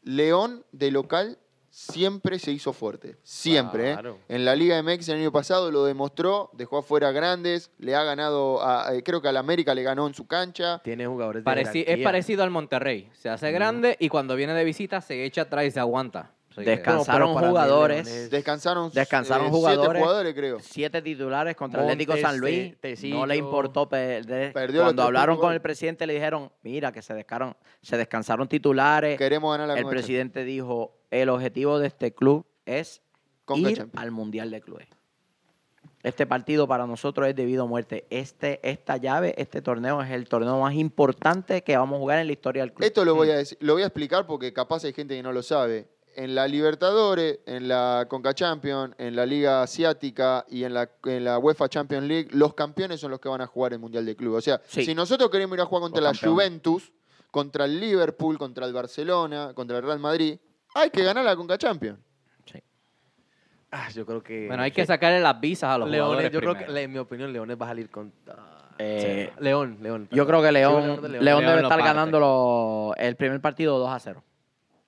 León de local siempre se hizo fuerte. Siempre. ¿eh?
Claro.
En la Liga MX el año pasado lo demostró, dejó afuera a grandes, le ha ganado, a- eh, creo que al América le ganó en su cancha.
Tiene jugadores de
Pareci- es
jerarquía.
parecido al Monterrey. Se hace grande y cuando viene de visita se echa atrás y se aguanta. Así que-
Descansa.
Descansaron
No, pero para mí León
jugadores,
es-
Descansaron,
Descansaron
eh, siete
jugadores.
jugadores, creo.
siete titulares contra
Montes,
Atlético San Luis.
Te- Tecillo.
no le importó perder.
Perdió los
Cuando
tres
hablaron
puntos.
con el presidente le dijeron, mira que se descaron, se descansaron titulares.
Queremos ganar la
el
Conca Champions.
presidente dijo, el objetivo de este club es
Conca
ir
Champions.
al Mundial de Clubes. Este partido para nosotros es debido a muerte. Este, esta llave, este torneo es el torneo más importante que vamos a jugar en la historia del club.
Esto lo voy a decir- lo voy a explicar porque capaz hay gente que no lo sabe. En la Libertadores, en la Conca Champions, en la Liga Asiática y en la, en la UEFA Champions League, los campeones son los que van a jugar el Mundial de Club. O sea,
Sí.
si nosotros queremos ir a jugar contra
Los
la
campeones.
Juventus, contra el Liverpool, contra el Barcelona, contra el Real Madrid, hay que ganar la Conca Champions.
Sí.
Ah, yo creo que.
Bueno, hay que sacarle las visas a los
Leones,
jugadores
yo creo que,
primero.
le- en mi opinión, Leones va a salir con. ah,
Eh,
sí. León, León.
Yo
perdón.
creo que
Sí,
León,
León de
León,
León.
León
debe
lo
estar
parte.
ganando lo- el primer partido 2 a 0.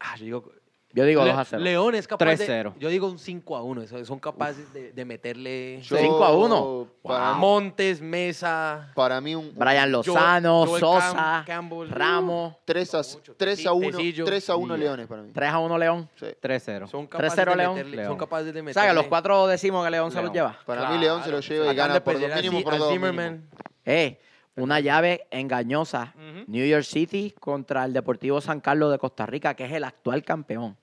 Ah, yo digo.
Yo digo
Le-
2 a 0.
León es capaz. de-
3-0.
Yo digo un 5 a 1. Son capaces de, de meterle.
Yo-
5 a 1.
Para,
Montes, Mesa.
para mí un, un
Brian
Joel-
Lozano,
Joel
Sosa,
Cam- Campbell.
Ramos.
3 a,
Mucho.
3 a 1,
Tecillo.
3 a 1
Sí.
Leones para mí.
3 a 1 León.
Sí.
3-0.
Son capaces
3-0
de
León.
meterle.
León.
Son capaces de
O
meterle.
sea, que los cuatro decimos que León, se los
León.
lleva.
Para mí León se lo lleva y
Acaban
gana
de
por
perder
dos
a
mínimo
Zi-
por
a
dos
Zimmerman.
mínimo.
Eh, una llave engañosa.
Ujú.
New York City contra el Deportivo San Carlos de Costa Rica, que es el actual campeón.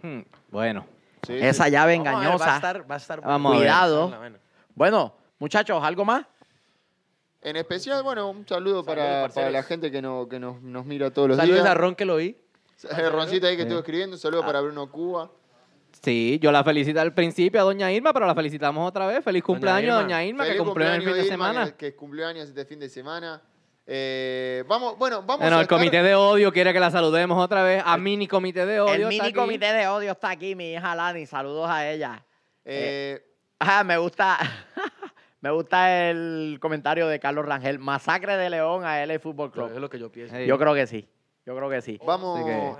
Hmm, Bueno.
Sí, sí,
Esa llave
Vamos a ver, va a
engañosa.
estar, va a estar
Vamos
bueno.
a ver.
Cuidado.
La vaina.
Bueno, muchachos, ¿algo más?
En especial, bueno, un saludo
Saludos,
para,
parceros.
para la gente que, no- que nos, nos mira todos los
Saludos a
días.
Ron que lo vi.
Eh, Roncita ahí que estuvo escribiendo. Un
Ah.
saludo para Bruno Cuba.
Sí, yo la felicité al principio a Doña Irma, pero la felicitamos otra vez. Feliz cumpleaños
Irma.
a Doña Irma,
Feliz
que cumplió en el fin de
cumpleaños, Irma,
semana.
Que, que cumplió años este fin de semana. Eh, vamos, bueno, vamos
Bueno,
a
el
estar- eh,
comité de odio quiere que la saludemos otra vez. A mini comité de odio.
el
está
mini
aquí.
comité de odio está aquí, mi hija Lani. Saludos a ella.
eh,
Ah, me gusta. me gusta el comentario de Carlos Rangel. Masacre de León a LA Fútbol
Eso es
Club.
lo que yo pienso.
Ey.
Yo creo que sí. Yo creo que sí.
vamos,
Así que-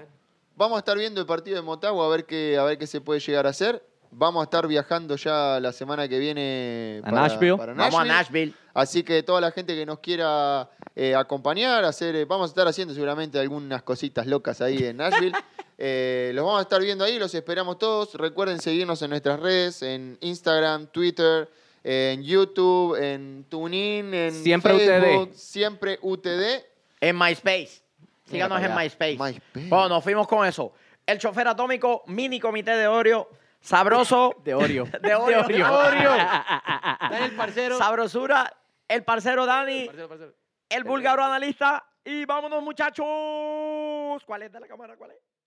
vamos a estar viendo el partido de Motagua a ver qué, a ver qué se puede llegar a hacer. Vamos a estar viajando ya la semana que viene
A Nashville.
Vamos a Nashville.
Así que toda la gente que nos quiera eh, acompañar, hacer, eh, vamos a estar haciendo seguramente algunas cositas locas ahí en Nashville. Eh, los vamos a estar viendo ahí, los esperamos todos. Recuerden seguirnos en nuestras redes, en Instagram, Twitter, en YouTube, en TuneIn, en
Siempre UTD.
Facebook, siempre UTD.
En MySpace.
Mira
Síganos
para
en
allá.
MySpace.
MySpace.
Bueno, nos fuimos con eso. El chofer atómico, mini comité de Oreo, sabroso.
De Oreo.
De Oreo.
De Oreo.
Oreo.
Está en el parcero.
Sabrosura, el parcero Dani,
Parcero, parcero.
el búlgaro analista. Y vámonos, muchachos. ¿Cuál es de la cámara? ¿Cuál es?